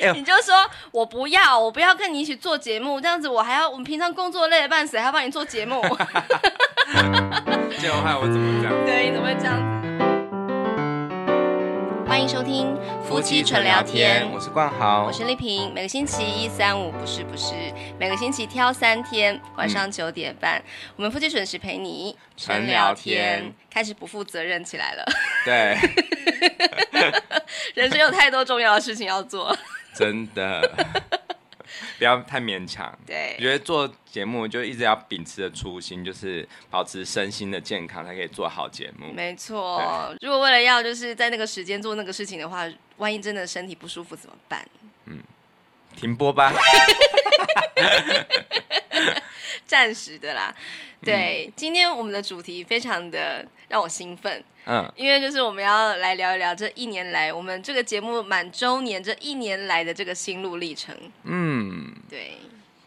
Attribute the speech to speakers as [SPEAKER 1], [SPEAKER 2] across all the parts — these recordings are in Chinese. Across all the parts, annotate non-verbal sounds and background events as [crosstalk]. [SPEAKER 1] 哎呦
[SPEAKER 2] 你就说我不要，我不要跟你一起做节目，这样子我还要，我们平常工作累得半死，还要帮你做节
[SPEAKER 1] [laughs]
[SPEAKER 2] 目，
[SPEAKER 1] 这样害我怎么讲？
[SPEAKER 2] 对，你怎么会这样子？欢迎收听
[SPEAKER 1] 我是冠豪
[SPEAKER 2] 我。是丽萍，每个星期一、三、五不是不是，每个星期挑三天，晚上九点半，我们夫妻准时陪你
[SPEAKER 1] 嗯纯聊天，
[SPEAKER 2] 开始不负责任起来了， [laughs]
[SPEAKER 1] 对， [laughs]
[SPEAKER 2] 人生有太多重要的事情要做，
[SPEAKER 1] 真的，不要太勉强。我
[SPEAKER 2] 对，
[SPEAKER 1] 觉得做节目就一直要秉持着初心，就是保持身心的健康，才可以做好节目。
[SPEAKER 2] 没错。如果为了要就是在那个时间做那个事情的话，万一真的身体不舒服怎么办？
[SPEAKER 1] 停播吧，
[SPEAKER 2] 暂时的啦，
[SPEAKER 1] 嗯
[SPEAKER 2] 对。今天我们的主题非常的让我兴奋，
[SPEAKER 1] 嗯，
[SPEAKER 2] 因为就是我们要来聊一聊这一年来我们这个节目满周年这一年来的这个心路历程。
[SPEAKER 1] 嗯，
[SPEAKER 2] 对，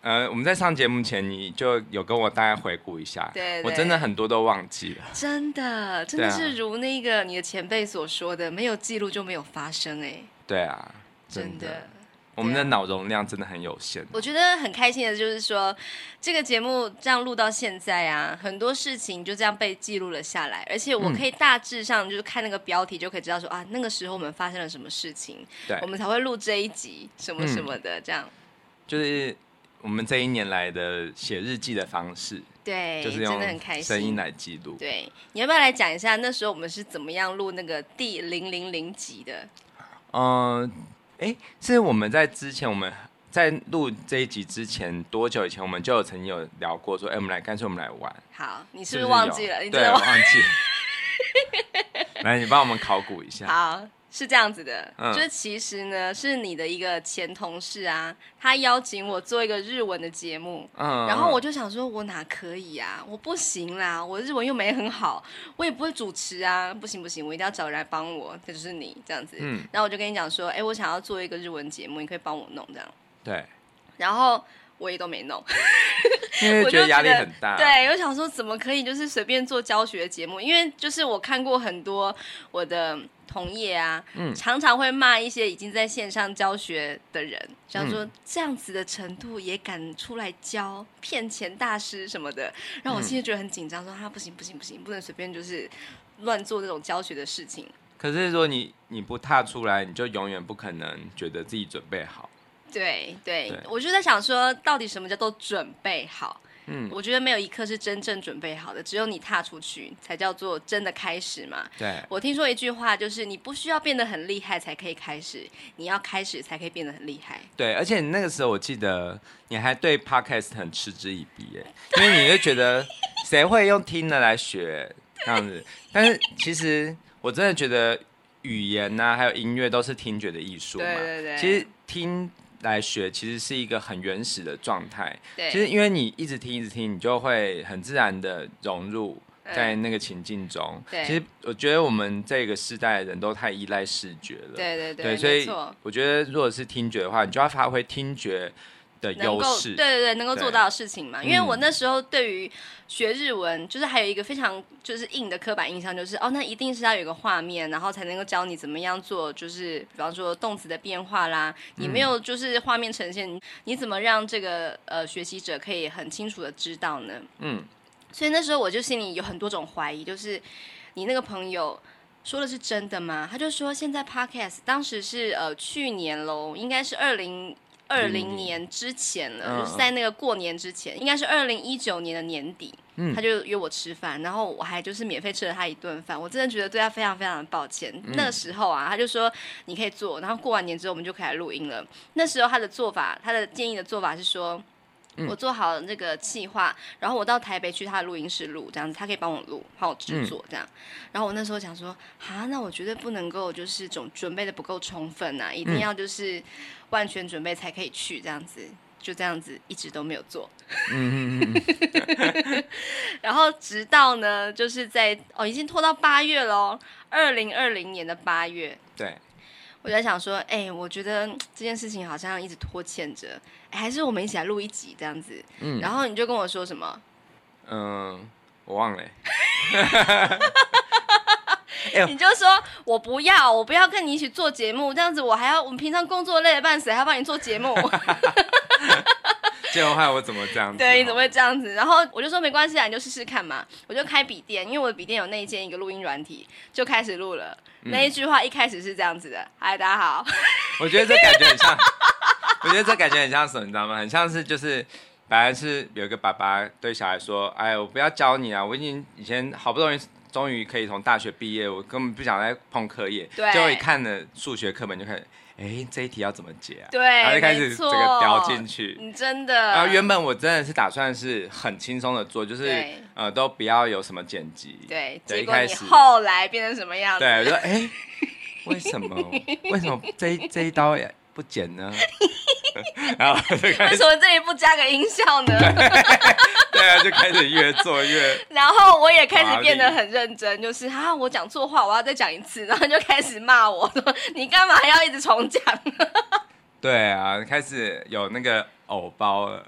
[SPEAKER 1] 呃，我们在上节目前，你就有跟我大概回顾一下，
[SPEAKER 2] 对对
[SPEAKER 1] 我真的很多都忘记了，
[SPEAKER 2] 真的真
[SPEAKER 1] 对
[SPEAKER 2] 的
[SPEAKER 1] 啊
[SPEAKER 2] 是如那个你的前辈所说的，没有记录就没有发生哎、
[SPEAKER 1] 对啊，
[SPEAKER 2] 真的。
[SPEAKER 1] 我们的脑容量真的很有限，
[SPEAKER 2] 我觉得很开心的就是说，这个节目这样录到现在啊，很多事情就这样被记录了下来，而且
[SPEAKER 1] 嗯
[SPEAKER 2] 我可以大致上就是看那个标题就可以知道说、啊，那个时候我们发生了什么事情，
[SPEAKER 1] 对嗯
[SPEAKER 2] 我们才会录这一集什么什么的这样。
[SPEAKER 1] 就是我们这一年来的写日记的方式，
[SPEAKER 2] 对，
[SPEAKER 1] 就是
[SPEAKER 2] 真
[SPEAKER 1] 用
[SPEAKER 2] 的很开心。
[SPEAKER 1] 声音来记录。
[SPEAKER 2] 对，你要不要来讲一下那时候我们是怎么样录那个第零零零集的？
[SPEAKER 1] 嗯，哎，是我们在之前我们。在录这一集之前多久以前，我们就有曾经有聊过说，哎、我们来干脆我们来玩，
[SPEAKER 2] 好，你是
[SPEAKER 1] 是
[SPEAKER 2] 不是
[SPEAKER 1] 不是
[SPEAKER 2] 忘
[SPEAKER 1] 有
[SPEAKER 2] 记了？你真
[SPEAKER 1] 对，
[SPEAKER 2] 的
[SPEAKER 1] 我
[SPEAKER 2] 忘
[SPEAKER 1] 忘记了。
[SPEAKER 2] [laughs]
[SPEAKER 1] 来，你帮我们考古一下。
[SPEAKER 2] 好，是这样子的，
[SPEAKER 1] 嗯
[SPEAKER 2] 就是其实呢，是你的一个前同事啊，他邀请我做一个日文的节目。
[SPEAKER 1] 嗯
[SPEAKER 2] 然后我就想说，我哪可以啊？我不行啦，我日文又没很好，我也不会主持啊，不行不行，我一定要找人来帮我，这就是你这样子。
[SPEAKER 1] 嗯
[SPEAKER 2] 然后我就跟你讲说，哎，我想要做一个日文节目，你可以帮我弄这样。
[SPEAKER 1] 对，
[SPEAKER 2] 然后我也都没弄，
[SPEAKER 1] 因为
[SPEAKER 2] 我就
[SPEAKER 1] 觉得压力
[SPEAKER 2] 觉得
[SPEAKER 1] 很大。
[SPEAKER 2] 对，我想说怎么可以就是随便做教学节目？因为就是我看过很多我的同业啊，
[SPEAKER 1] 嗯
[SPEAKER 2] 常常会骂一些已经在线上教学的人，想
[SPEAKER 1] 嗯
[SPEAKER 2] 说这样子的程度也敢出来教，骗钱大师什么的，让
[SPEAKER 1] 嗯
[SPEAKER 2] 我现在觉得很紧张，说啊不行不行不行，不能随便就是乱做这种教学的事情。
[SPEAKER 1] 可是说你你不踏出来，你就永远不可能觉得自己准备好。
[SPEAKER 2] 对对
[SPEAKER 1] 对，
[SPEAKER 2] 我就在想说，到底什么叫做准备好？
[SPEAKER 1] 嗯，
[SPEAKER 2] 我觉得没有一刻是真正准备好的，只有你踏出去才叫做真的开始嘛。
[SPEAKER 1] 对，
[SPEAKER 2] 我听说一句话，就是你不需要变得很厉害才可以开始，你要开始才可以变得很厉害。
[SPEAKER 1] 对，而且你那个时候我记得你还对 podcast 很嗤之以鼻耶，因为你就
[SPEAKER 2] [laughs]
[SPEAKER 1] 觉得谁会用听的来学这样子？但是其实我真的觉得语言呐、还有音乐都是听觉的艺术嘛。
[SPEAKER 2] 对对对
[SPEAKER 1] 其实听来学其实是一个很原始的状态。
[SPEAKER 2] 对，
[SPEAKER 1] 其实因为你一直听一直听，你就会很自然的融入
[SPEAKER 2] 嗯
[SPEAKER 1] 在那个情境中。
[SPEAKER 2] 对
[SPEAKER 1] 其实我觉得我们这个世代的人都太依赖视觉了。
[SPEAKER 2] 对对
[SPEAKER 1] 对，所
[SPEAKER 2] 没
[SPEAKER 1] 以
[SPEAKER 2] 错，
[SPEAKER 1] 我觉得如果是听觉的话，你就要发挥听觉的
[SPEAKER 2] 能
[SPEAKER 1] 优
[SPEAKER 2] 够对
[SPEAKER 1] 势。
[SPEAKER 2] 对对，能够
[SPEAKER 1] 对
[SPEAKER 2] 做到的事情嘛。因为
[SPEAKER 1] 嗯
[SPEAKER 2] 我那时候对于学日文，就是还有一个非常就是硬的刻板印象，就是哦，那一定是要有一个画面，然后才能够教你怎么样做，就是比方说动词的变化啦。你没有就是画面呈现，你你怎么让这个呃学习者可以很清楚的知道呢？
[SPEAKER 1] 嗯，
[SPEAKER 2] 所以那时候我就心里有很多种怀疑，就是你那个朋友说的是真的吗？他就说现在 podcast 当时是呃去年喽，应该是二零二零年之前了，
[SPEAKER 1] 嗯
[SPEAKER 2] 就是在那个过年之前，应该是二零一九年的年底，
[SPEAKER 1] 嗯
[SPEAKER 2] 他就约我吃饭，然后我还就是免费吃了他一顿饭，我真的觉得对他非常非常的抱歉。
[SPEAKER 1] 嗯
[SPEAKER 2] 那个时候啊，他就说你可以做，然后过完年之后我们就可以来录音了。那时候他的做法，他的建议的做法是说。
[SPEAKER 1] 嗯
[SPEAKER 2] 我做好了那个计划，然后我到台北去他的录音室录，这样子他可以帮我录，帮我
[SPEAKER 1] 嗯
[SPEAKER 2] 制作这样。然后我那时候想说，啊，那我绝对不能够就是准准备的不够充分啊，一
[SPEAKER 1] 嗯
[SPEAKER 2] 定要就是万全准备才可以去这样子，就这样子一直都没有做。
[SPEAKER 1] 嗯
[SPEAKER 2] [laughs] 然后直到呢，就是在哦，已经拖到八月喽，二零二零年的八月，
[SPEAKER 1] 对，
[SPEAKER 2] 我在想说，哎、我觉得嗯这件事情好像一直拖欠着，哎还是我们一起来录一集这样子。
[SPEAKER 1] 嗯
[SPEAKER 2] 然后你就跟我说什么？
[SPEAKER 1] 嗯、我忘了欸、哎呦
[SPEAKER 2] 你就说我不要，我不要跟你一起做节目，这样子我还要，我们平常工作累得半死，还要帮你做节目，
[SPEAKER 1] 这样的话我怎么这样子？
[SPEAKER 2] [laughs] 对，你怎么会这样子？然后我就说没关系啊，你就试试看嘛。我就开笔电，因为我的笔电有内建一个录音软体，就开始录了。那
[SPEAKER 1] 嗯
[SPEAKER 2] 一句话一开始是这样子的：嗨，大家好， [laughs]
[SPEAKER 1] 我觉得这感觉很像， [laughs] 我觉得这感觉很像什么，你知道吗？很像是就是，本来是有一个爸爸对小孩说：“哎，我不要教你啊，我已经以前好不容易。”终于可以从大学毕业，我根本不想再碰课业。
[SPEAKER 2] 对
[SPEAKER 1] 最后一看了数学课本，就开始，哎，这一题要怎么解啊？
[SPEAKER 2] 对
[SPEAKER 1] 然后就开始
[SPEAKER 2] 没
[SPEAKER 1] 这
[SPEAKER 2] 错
[SPEAKER 1] 个掉进去。
[SPEAKER 2] 你真的。
[SPEAKER 1] 然后呃原本我真的是打算是很轻松的做，就是
[SPEAKER 2] 嗯对
[SPEAKER 1] 呃都不要有什么剪辑。
[SPEAKER 2] 对，
[SPEAKER 1] 对
[SPEAKER 2] 结
[SPEAKER 1] 一
[SPEAKER 2] 果
[SPEAKER 1] 开
[SPEAKER 2] 你
[SPEAKER 1] 始
[SPEAKER 2] 后来变成什么样子？
[SPEAKER 1] 对，我就哎、为什么？为什么这一这一刀也不剪呢？ [laughs] 然后就开
[SPEAKER 2] 为
[SPEAKER 1] 始
[SPEAKER 2] 什么这里不加个音效呢？
[SPEAKER 1] 对啊，就开始越做越
[SPEAKER 2] [laughs] 然后我也开始变得很认真，就是啊，我讲错话，我要再讲一次，然 [laughs] 后就开始骂我说你干嘛要一直重讲？
[SPEAKER 1] 对啊，开始有那个偶包了。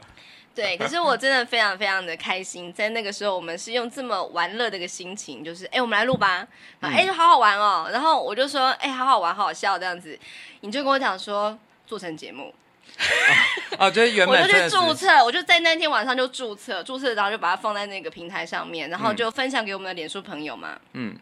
[SPEAKER 2] 对，可是我真的非常非常的开心，在那个时候，我们是用这么玩乐的一个心情，就是哎、我们来录吧，然后
[SPEAKER 1] 嗯
[SPEAKER 2] 哎、好好玩哦，然后我就说哎、好好玩，好好笑这样子，你就跟我讲说做成节目，
[SPEAKER 1] 哦，就是原
[SPEAKER 2] 我
[SPEAKER 1] 本
[SPEAKER 2] 就
[SPEAKER 1] 真
[SPEAKER 2] 去
[SPEAKER 1] 的是
[SPEAKER 2] 注册，我就在那天晚上就注册，注册然后就把它放在那个平台上面，然后就分享给我们的脸书朋友嘛，
[SPEAKER 1] 嗯，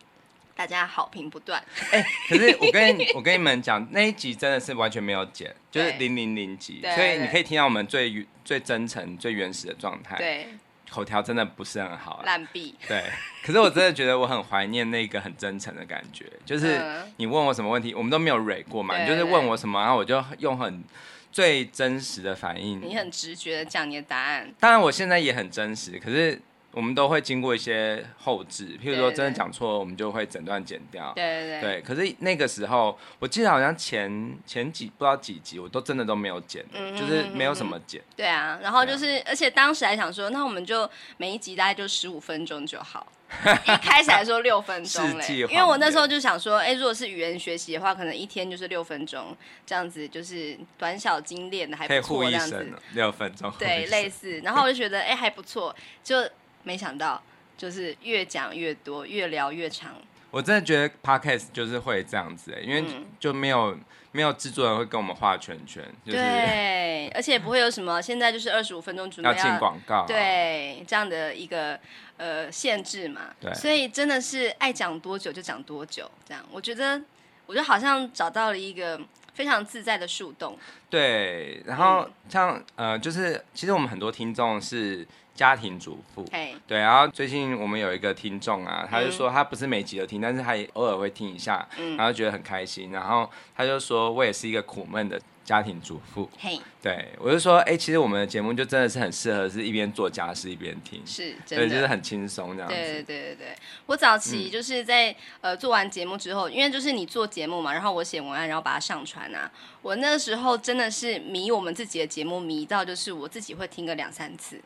[SPEAKER 2] 大家好评不断，
[SPEAKER 1] 哎、可是我跟你我跟你们讲，那一集真的是完全没有剪，就是
[SPEAKER 2] 对
[SPEAKER 1] 零零零集，
[SPEAKER 2] 对
[SPEAKER 1] 所以你
[SPEAKER 2] 对
[SPEAKER 1] 可以听到我们最原最真诚、最原始的状态。，
[SPEAKER 2] 对，
[SPEAKER 1] 口条真的不是很好、啊，
[SPEAKER 2] 烂币，
[SPEAKER 1] 对，可是我真的觉得我很怀念那个很真诚的感觉，就是
[SPEAKER 2] 嗯
[SPEAKER 1] 你问我什么问题，我们都没有蕊过嘛，
[SPEAKER 2] 对
[SPEAKER 1] 你就是问我什么，然后我就用很最真实的反应。
[SPEAKER 2] 你很直觉的讲你的答案，
[SPEAKER 1] 当然我现在也很真实，可是我们都会经过一些后置，譬如说
[SPEAKER 2] 对对
[SPEAKER 1] 真的讲错，我们就会整段剪掉。
[SPEAKER 2] 对对对，
[SPEAKER 1] 对，可是那个时候，我记得好像前前几不知道几集，我都真的都没有剪，
[SPEAKER 2] 嗯
[SPEAKER 1] 就是没有什么剪。
[SPEAKER 2] 对啊，然后就是，而且当时还想说，那我们就每一集大概就十五分钟就好。一开始还说六分钟
[SPEAKER 1] 世
[SPEAKER 2] 嘞，
[SPEAKER 1] 纪
[SPEAKER 2] 因
[SPEAKER 1] 谎言
[SPEAKER 2] 为我那时候就想说，哎、如果是语言学习的话，可能一天就是六分钟，这样子就是短小精炼的，还
[SPEAKER 1] 可以
[SPEAKER 2] 不
[SPEAKER 1] 护
[SPEAKER 2] 错这
[SPEAKER 1] 一
[SPEAKER 2] 样
[SPEAKER 1] 生哦
[SPEAKER 2] 子。
[SPEAKER 1] 了六分钟，
[SPEAKER 2] 对，类
[SPEAKER 1] 累。
[SPEAKER 2] 似。然后我就觉得，哎、还不错，就没想到就是越讲越多，越聊越长。
[SPEAKER 1] 我真的觉得 podcast 就是会这样子、欸，因为
[SPEAKER 2] 嗯
[SPEAKER 1] 就没有、没有制作人会跟我们画圈圈，就是
[SPEAKER 2] 对，而且不会有什么，现在就是二十五分钟准备
[SPEAKER 1] 要进广告，，啊
[SPEAKER 2] 对这样的一个呃限制嘛，
[SPEAKER 1] 对
[SPEAKER 2] 所以真的是爱讲多久就讲多久，这样我觉得，我就好像找到了一个非常自在的树洞，
[SPEAKER 1] 对。然后
[SPEAKER 2] 嗯
[SPEAKER 1] 像呃，就是其实我们很多听众是家庭主妇，
[SPEAKER 2] 嘿，
[SPEAKER 1] 对，然后最近我们有一个听众啊，他就说他不是每集都听，但是他也偶尔会听一下，
[SPEAKER 2] 嗯
[SPEAKER 1] 然后觉得很开心。然后他就说，我也是一个苦闷的家庭主妇。
[SPEAKER 2] 嘿，
[SPEAKER 1] 对我就说，哎、其实我们的节目就真的是很适合是一边做家事一边听，
[SPEAKER 2] 是真
[SPEAKER 1] 对，
[SPEAKER 2] 的，
[SPEAKER 1] 就是很轻松这样
[SPEAKER 2] 对对
[SPEAKER 1] 子。嗯
[SPEAKER 2] 对对对，我早期就是在、呃做完节目之后，因为就是你做节目嘛，然后我写文案，然后把它上传啊。我那时候真的是迷我们自己的节目，迷到就是我自己会听个两三
[SPEAKER 1] [laughs]
[SPEAKER 2] 次。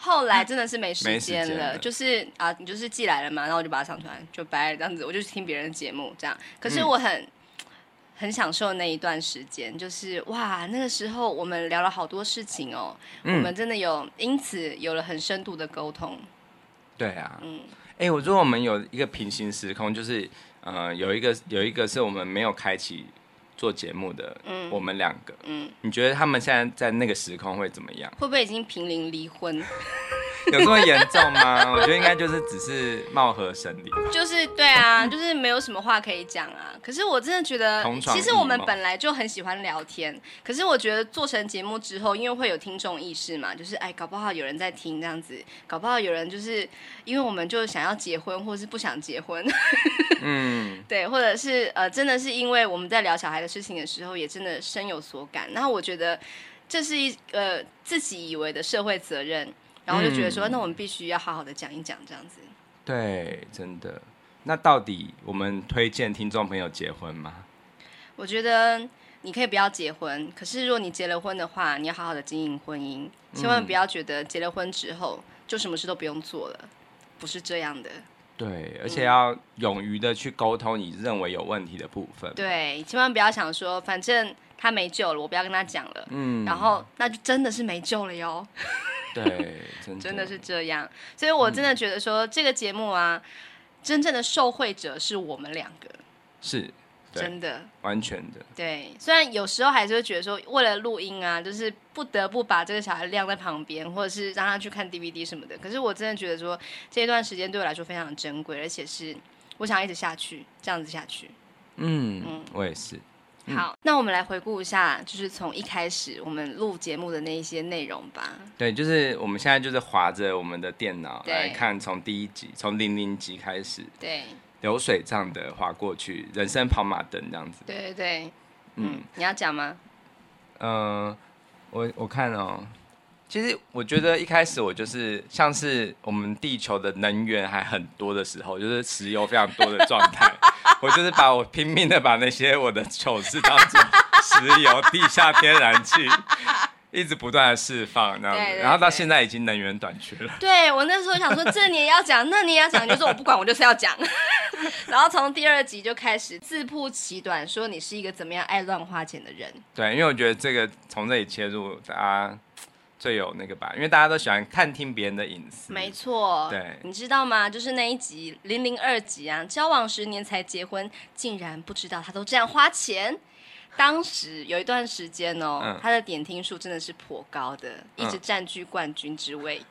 [SPEAKER 2] 后来真的是没时
[SPEAKER 1] 没时
[SPEAKER 2] 间
[SPEAKER 1] 间
[SPEAKER 2] 了，
[SPEAKER 1] 了
[SPEAKER 2] 就是啊，你就是寄来了嘛，然后我就把它上传，就拜这样子，我就去听别人的节目这样。可是
[SPEAKER 1] 嗯
[SPEAKER 2] 我很、很享受那一段时间，就是哇，那个时候我们聊了好多事情哦，
[SPEAKER 1] 嗯
[SPEAKER 2] 我们真的有因此有了很深度的沟通，
[SPEAKER 1] 对啊，
[SPEAKER 2] 嗯。
[SPEAKER 1] 哎、我觉得我们有一个平行时空，就是呃，有一个有一个是我们没有开启做节目的，
[SPEAKER 2] 嗯
[SPEAKER 1] 我们两个，
[SPEAKER 2] 嗯
[SPEAKER 1] 你觉得他们现在在那个时空会怎么样？
[SPEAKER 2] 会不会已经濒临离婚？
[SPEAKER 1] 有这么严重吗？我觉得应该就是只是貌合神离。
[SPEAKER 2] 就是对
[SPEAKER 1] [laughs]
[SPEAKER 2] 啊，就是没有什么话可以讲啊。可是我真的觉得
[SPEAKER 1] 同，床
[SPEAKER 2] 其实
[SPEAKER 1] 异梦
[SPEAKER 2] 我们本来就很喜欢聊天，可是我觉得做成节目之后，因为会有听众意识嘛，就是哎，搞不好有人在听这样子，搞不好有人就是因为我们就想要结婚，或是不想结婚，
[SPEAKER 1] 嗯，
[SPEAKER 2] [laughs] 对，或者是呃，真的是因为我们在聊小孩的事情的时候，也真的深有所感。然后我觉得这是一呃自己以为的社会责任，然后就觉得说，
[SPEAKER 1] 嗯
[SPEAKER 2] 那我们必须要好好的讲一讲这样子。
[SPEAKER 1] 对，真的。那到底我们推荐听众朋友结婚吗？
[SPEAKER 2] 我觉得你可以不要结婚，可是如果你结了婚的话，你要好好的经营婚姻，千万不要觉得结了婚之后就什么事都不用做
[SPEAKER 1] 嗯
[SPEAKER 2] 了，不是这样的。
[SPEAKER 1] 对，而且要勇于的去沟通你认为有问题的部分。，
[SPEAKER 2] 对，千万不要想说，反正他没救了，我不要跟他讲了，
[SPEAKER 1] 嗯
[SPEAKER 2] 然后那就真的是没救了哟。
[SPEAKER 1] 对，真的 [laughs] 嗯
[SPEAKER 2] 真的是这样，所以我真的觉得说这个节目啊，真正的受惠者是我们两个，
[SPEAKER 1] 是对
[SPEAKER 2] 真的
[SPEAKER 1] 完全的。
[SPEAKER 2] 对。虽然有时候还是会觉得说，为了录音啊，就是不得不把这个小孩晾在旁边，或者是让他去看 DVD 什么的。可是我真的觉得说，这一段时间对我来说非常珍贵，而且是我想一直下去，这样子下去。
[SPEAKER 1] 嗯，我也是。嗯
[SPEAKER 2] 好，那我们来回顾一下，就是从一开始我们录节目的那一些内容吧。
[SPEAKER 1] 对，就是我们现在就是划着我们的电脑
[SPEAKER 2] 对
[SPEAKER 1] 来看，从第一集，从零零集开始，
[SPEAKER 2] 对，
[SPEAKER 1] 流水账的划过去，人生跑马灯这样子。
[SPEAKER 2] 对对对，
[SPEAKER 1] 嗯
[SPEAKER 2] 嗯，你要讲吗？
[SPEAKER 1] 嗯、我我看哦，其实我觉得一开始我就是像是我们地球的能源还很多的时候，就是石油非常多的状态， [laughs] 我就是把我拼命的把那些我的糗事当成石油、地下天然气。一直不断的释放，然后
[SPEAKER 2] 对对
[SPEAKER 1] 然后到
[SPEAKER 2] 对
[SPEAKER 1] 现在已经能源短缺了。
[SPEAKER 2] [laughs] 对我那时候想说，这你也要讲，那你也要讲，你就说我不管，我就是要讲。 [laughs] 然后从第二集就开始自曝其短，说你是一个怎么样爱乱花钱的人。
[SPEAKER 1] 对，因为我觉得这个从这里切入，大家最有那个吧，因为大家都喜欢探听别人的隐私。
[SPEAKER 2] 没错，
[SPEAKER 1] 嗯对
[SPEAKER 2] 你知道吗？就是那一集零零二集啊，交往十年才结婚，竟然不知道他都这样花钱。当时有一段时间哦，
[SPEAKER 1] 嗯
[SPEAKER 2] 他的点听数真的是颇高的，一直
[SPEAKER 1] 嗯
[SPEAKER 2] 占据冠军之位。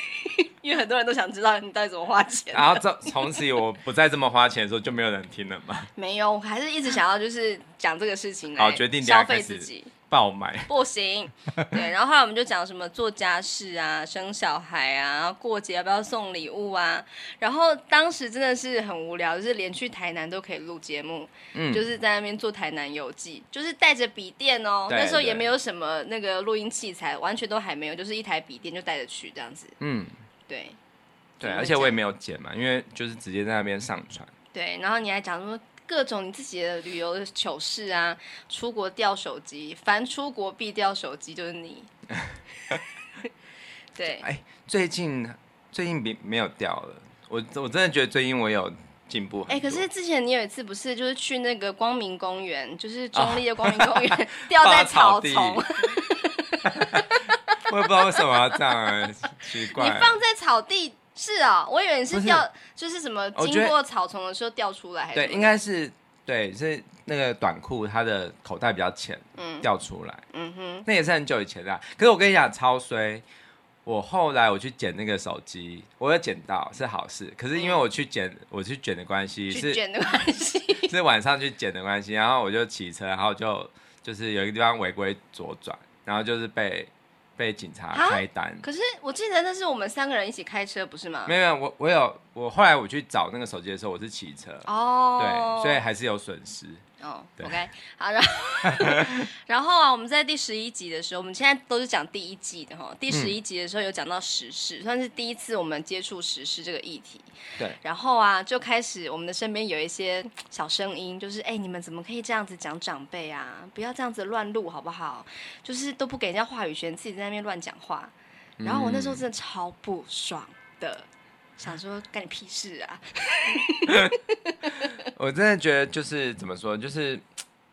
[SPEAKER 2] [laughs] 因为很多人都想知道你到底怎么花钱。
[SPEAKER 1] 然后这从此以我不再这么花钱的时候，就没有人听了嘛，
[SPEAKER 2] 没有，我还是一直想要就是讲这个事情来
[SPEAKER 1] 好决定等下
[SPEAKER 2] 消费
[SPEAKER 1] 开
[SPEAKER 2] 自
[SPEAKER 1] 始
[SPEAKER 2] 己。
[SPEAKER 1] 爆买。
[SPEAKER 2] 不
[SPEAKER 1] [laughs]
[SPEAKER 2] 行，对，然后后来我们就讲什么做家事啊、生小孩啊，然后过节要不要送礼物啊，然后当时真的是很无聊，就是连去台南都可以录节目，
[SPEAKER 1] 嗯，
[SPEAKER 2] 就是在那边做台南游记，就是带着笔电哦，
[SPEAKER 1] 对
[SPEAKER 2] 那时候也
[SPEAKER 1] 对
[SPEAKER 2] 没有什么那个录音器材，完全都还没有，就是一台笔电就带着去这样子，
[SPEAKER 1] 嗯，
[SPEAKER 2] 对
[SPEAKER 1] 对，
[SPEAKER 2] 怎么会
[SPEAKER 1] 而且我也没有剪嘛，因为就是直接在那边上传。
[SPEAKER 2] 对，然后你还讲说。各种你自己的旅游的糗事啊，出国掉手机，凡出国必掉手机就是
[SPEAKER 1] [laughs]
[SPEAKER 2] 你。对，
[SPEAKER 1] 哎，最近最近没没有掉了，我我真的觉得最近我有进步
[SPEAKER 2] 哎、
[SPEAKER 1] 很多。
[SPEAKER 2] 可是之前你有一次不是就是去那个光明公园，就是中立的光明公
[SPEAKER 1] [laughs]
[SPEAKER 2] 园，掉在草丛，
[SPEAKER 1] 放到啊草 [laughs] 我也不知道为什么要这样、哎奇怪。
[SPEAKER 2] 你放在草地是啊、我以为你是
[SPEAKER 1] 不是
[SPEAKER 2] 掉，就是什么
[SPEAKER 1] 我觉
[SPEAKER 2] 经
[SPEAKER 1] 得
[SPEAKER 2] 过草丛的时候掉出来，还是
[SPEAKER 1] 对，
[SPEAKER 2] 什
[SPEAKER 1] 应
[SPEAKER 2] 么
[SPEAKER 1] 该是对，是那个短裤它的口袋比较浅，
[SPEAKER 2] 嗯
[SPEAKER 1] 掉出来。
[SPEAKER 2] 嗯哼，
[SPEAKER 1] 那也是很久以前的啊、可是我跟你讲，超衰。我后来我去捡那个手机，我有捡到是好事。可是因为我去捡，我去捡的关系
[SPEAKER 2] 嗯去
[SPEAKER 1] 是
[SPEAKER 2] 卷的关系， [laughs]
[SPEAKER 1] 是晚上去捡的关系，然后我就骑车，然后就就是有一个地方违规左转，然后就是被被警察
[SPEAKER 2] 啊
[SPEAKER 1] 开单。
[SPEAKER 2] 可是我记得那是我们三个人一起开车，不是吗
[SPEAKER 1] 没？有没有，我我有我后来我去找那个手机的时候，我是骑车，
[SPEAKER 2] 哦
[SPEAKER 1] 对，，所以还是有损失。
[SPEAKER 2] 哦、
[SPEAKER 1] 对
[SPEAKER 2] o k 好，然后
[SPEAKER 1] [laughs]
[SPEAKER 2] 然后啊，我们在第十一集的时候，我们现在都是讲第一季的哈。
[SPEAKER 1] 嗯
[SPEAKER 2] 第十一集的时候有讲到时事，算是第一次我们接触时事这个议题。
[SPEAKER 1] 对，
[SPEAKER 2] 然后啊，就开始我们的身边有一些小声音，就是哎，你们怎么可以这样子讲长辈啊？不要这样子乱录好不好？就是都不给人家话语权，自己在那边乱讲话。然后我
[SPEAKER 1] 嗯
[SPEAKER 2] 那时候真的超不爽的，想说干你屁事啊！
[SPEAKER 1] 我真的觉得就是怎么说，就是嘖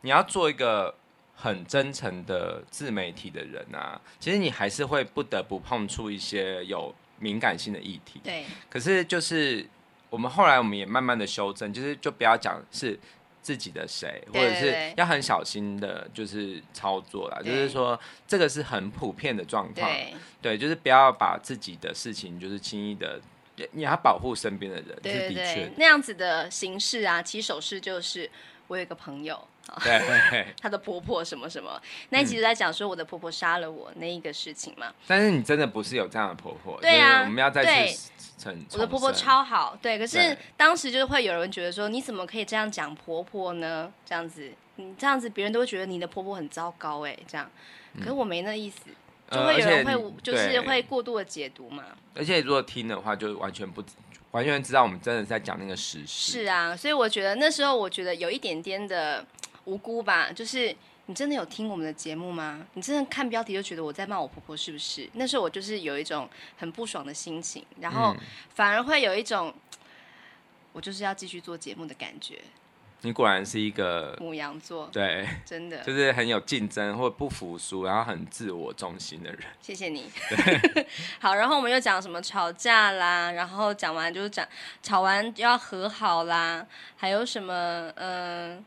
[SPEAKER 1] 你要做一个很真诚的自媒体的人啊，其实你还是会不得不碰触一些有敏感性的议题。
[SPEAKER 2] 对，
[SPEAKER 1] 可是就是我们后来我们也慢慢的修正，就是就不要讲是自己的谁，或
[SPEAKER 2] 对
[SPEAKER 1] 者
[SPEAKER 2] 对
[SPEAKER 1] 是
[SPEAKER 2] 对
[SPEAKER 1] 要很小心的，就是操作啦。就
[SPEAKER 2] 对
[SPEAKER 1] 是说这个是很普遍的状况，
[SPEAKER 2] 对，
[SPEAKER 1] 对，就是不要把自己的事情就是轻易的。你你要保护身边的人，这
[SPEAKER 2] 对
[SPEAKER 1] 是
[SPEAKER 2] 对
[SPEAKER 1] 的确
[SPEAKER 2] 对，，那样子的形式啊，起手式就是我有一个朋友啊，
[SPEAKER 1] 对。
[SPEAKER 2] 她的婆婆什么什么，那一
[SPEAKER 1] 嗯
[SPEAKER 2] 集就在讲说我的婆婆杀了我那一个事情嘛。
[SPEAKER 1] 但是你真的不是有这样的婆婆，
[SPEAKER 2] 对啊
[SPEAKER 1] 就是我们要再
[SPEAKER 2] 对
[SPEAKER 1] 去重。
[SPEAKER 2] 我的婆婆
[SPEAKER 1] 重生，
[SPEAKER 2] 超好，对，可是
[SPEAKER 1] 对
[SPEAKER 2] 当时就是会有人觉得说你怎么可以这样讲婆婆呢？这样子，你这样子别人都会觉得你的婆婆很糟糕哎、这样。可是我没那意思，就
[SPEAKER 1] 嗯呃
[SPEAKER 2] 会有人
[SPEAKER 1] 而且
[SPEAKER 2] 会
[SPEAKER 1] 你
[SPEAKER 2] 就是。会
[SPEAKER 1] 对
[SPEAKER 2] 过度的解读嘛。
[SPEAKER 1] 而且如果听的话，就完全不完全知道我们真的在讲那个实事。
[SPEAKER 2] 是啊，所以我觉得那时候我觉得有一点点的无辜吧，就是你真的有听我们的节目吗？你真的看标题就觉得我在骂我婆婆是不是？那时候我就是有一种很不爽的心情，然后反而会有一种我就是要继续做节目的感觉。
[SPEAKER 1] 你果然是一个
[SPEAKER 2] 母羊
[SPEAKER 1] [laughs]
[SPEAKER 2] 座，
[SPEAKER 1] 对，
[SPEAKER 2] 真的，
[SPEAKER 1] 呃就是很有竞争或不服输，然后很自我中心的人。
[SPEAKER 2] 谢谢你。 [laughs] 好，然后我们又讲什么吵架啦，然后讲完就是讲吵完又要和好啦，还有什么呃，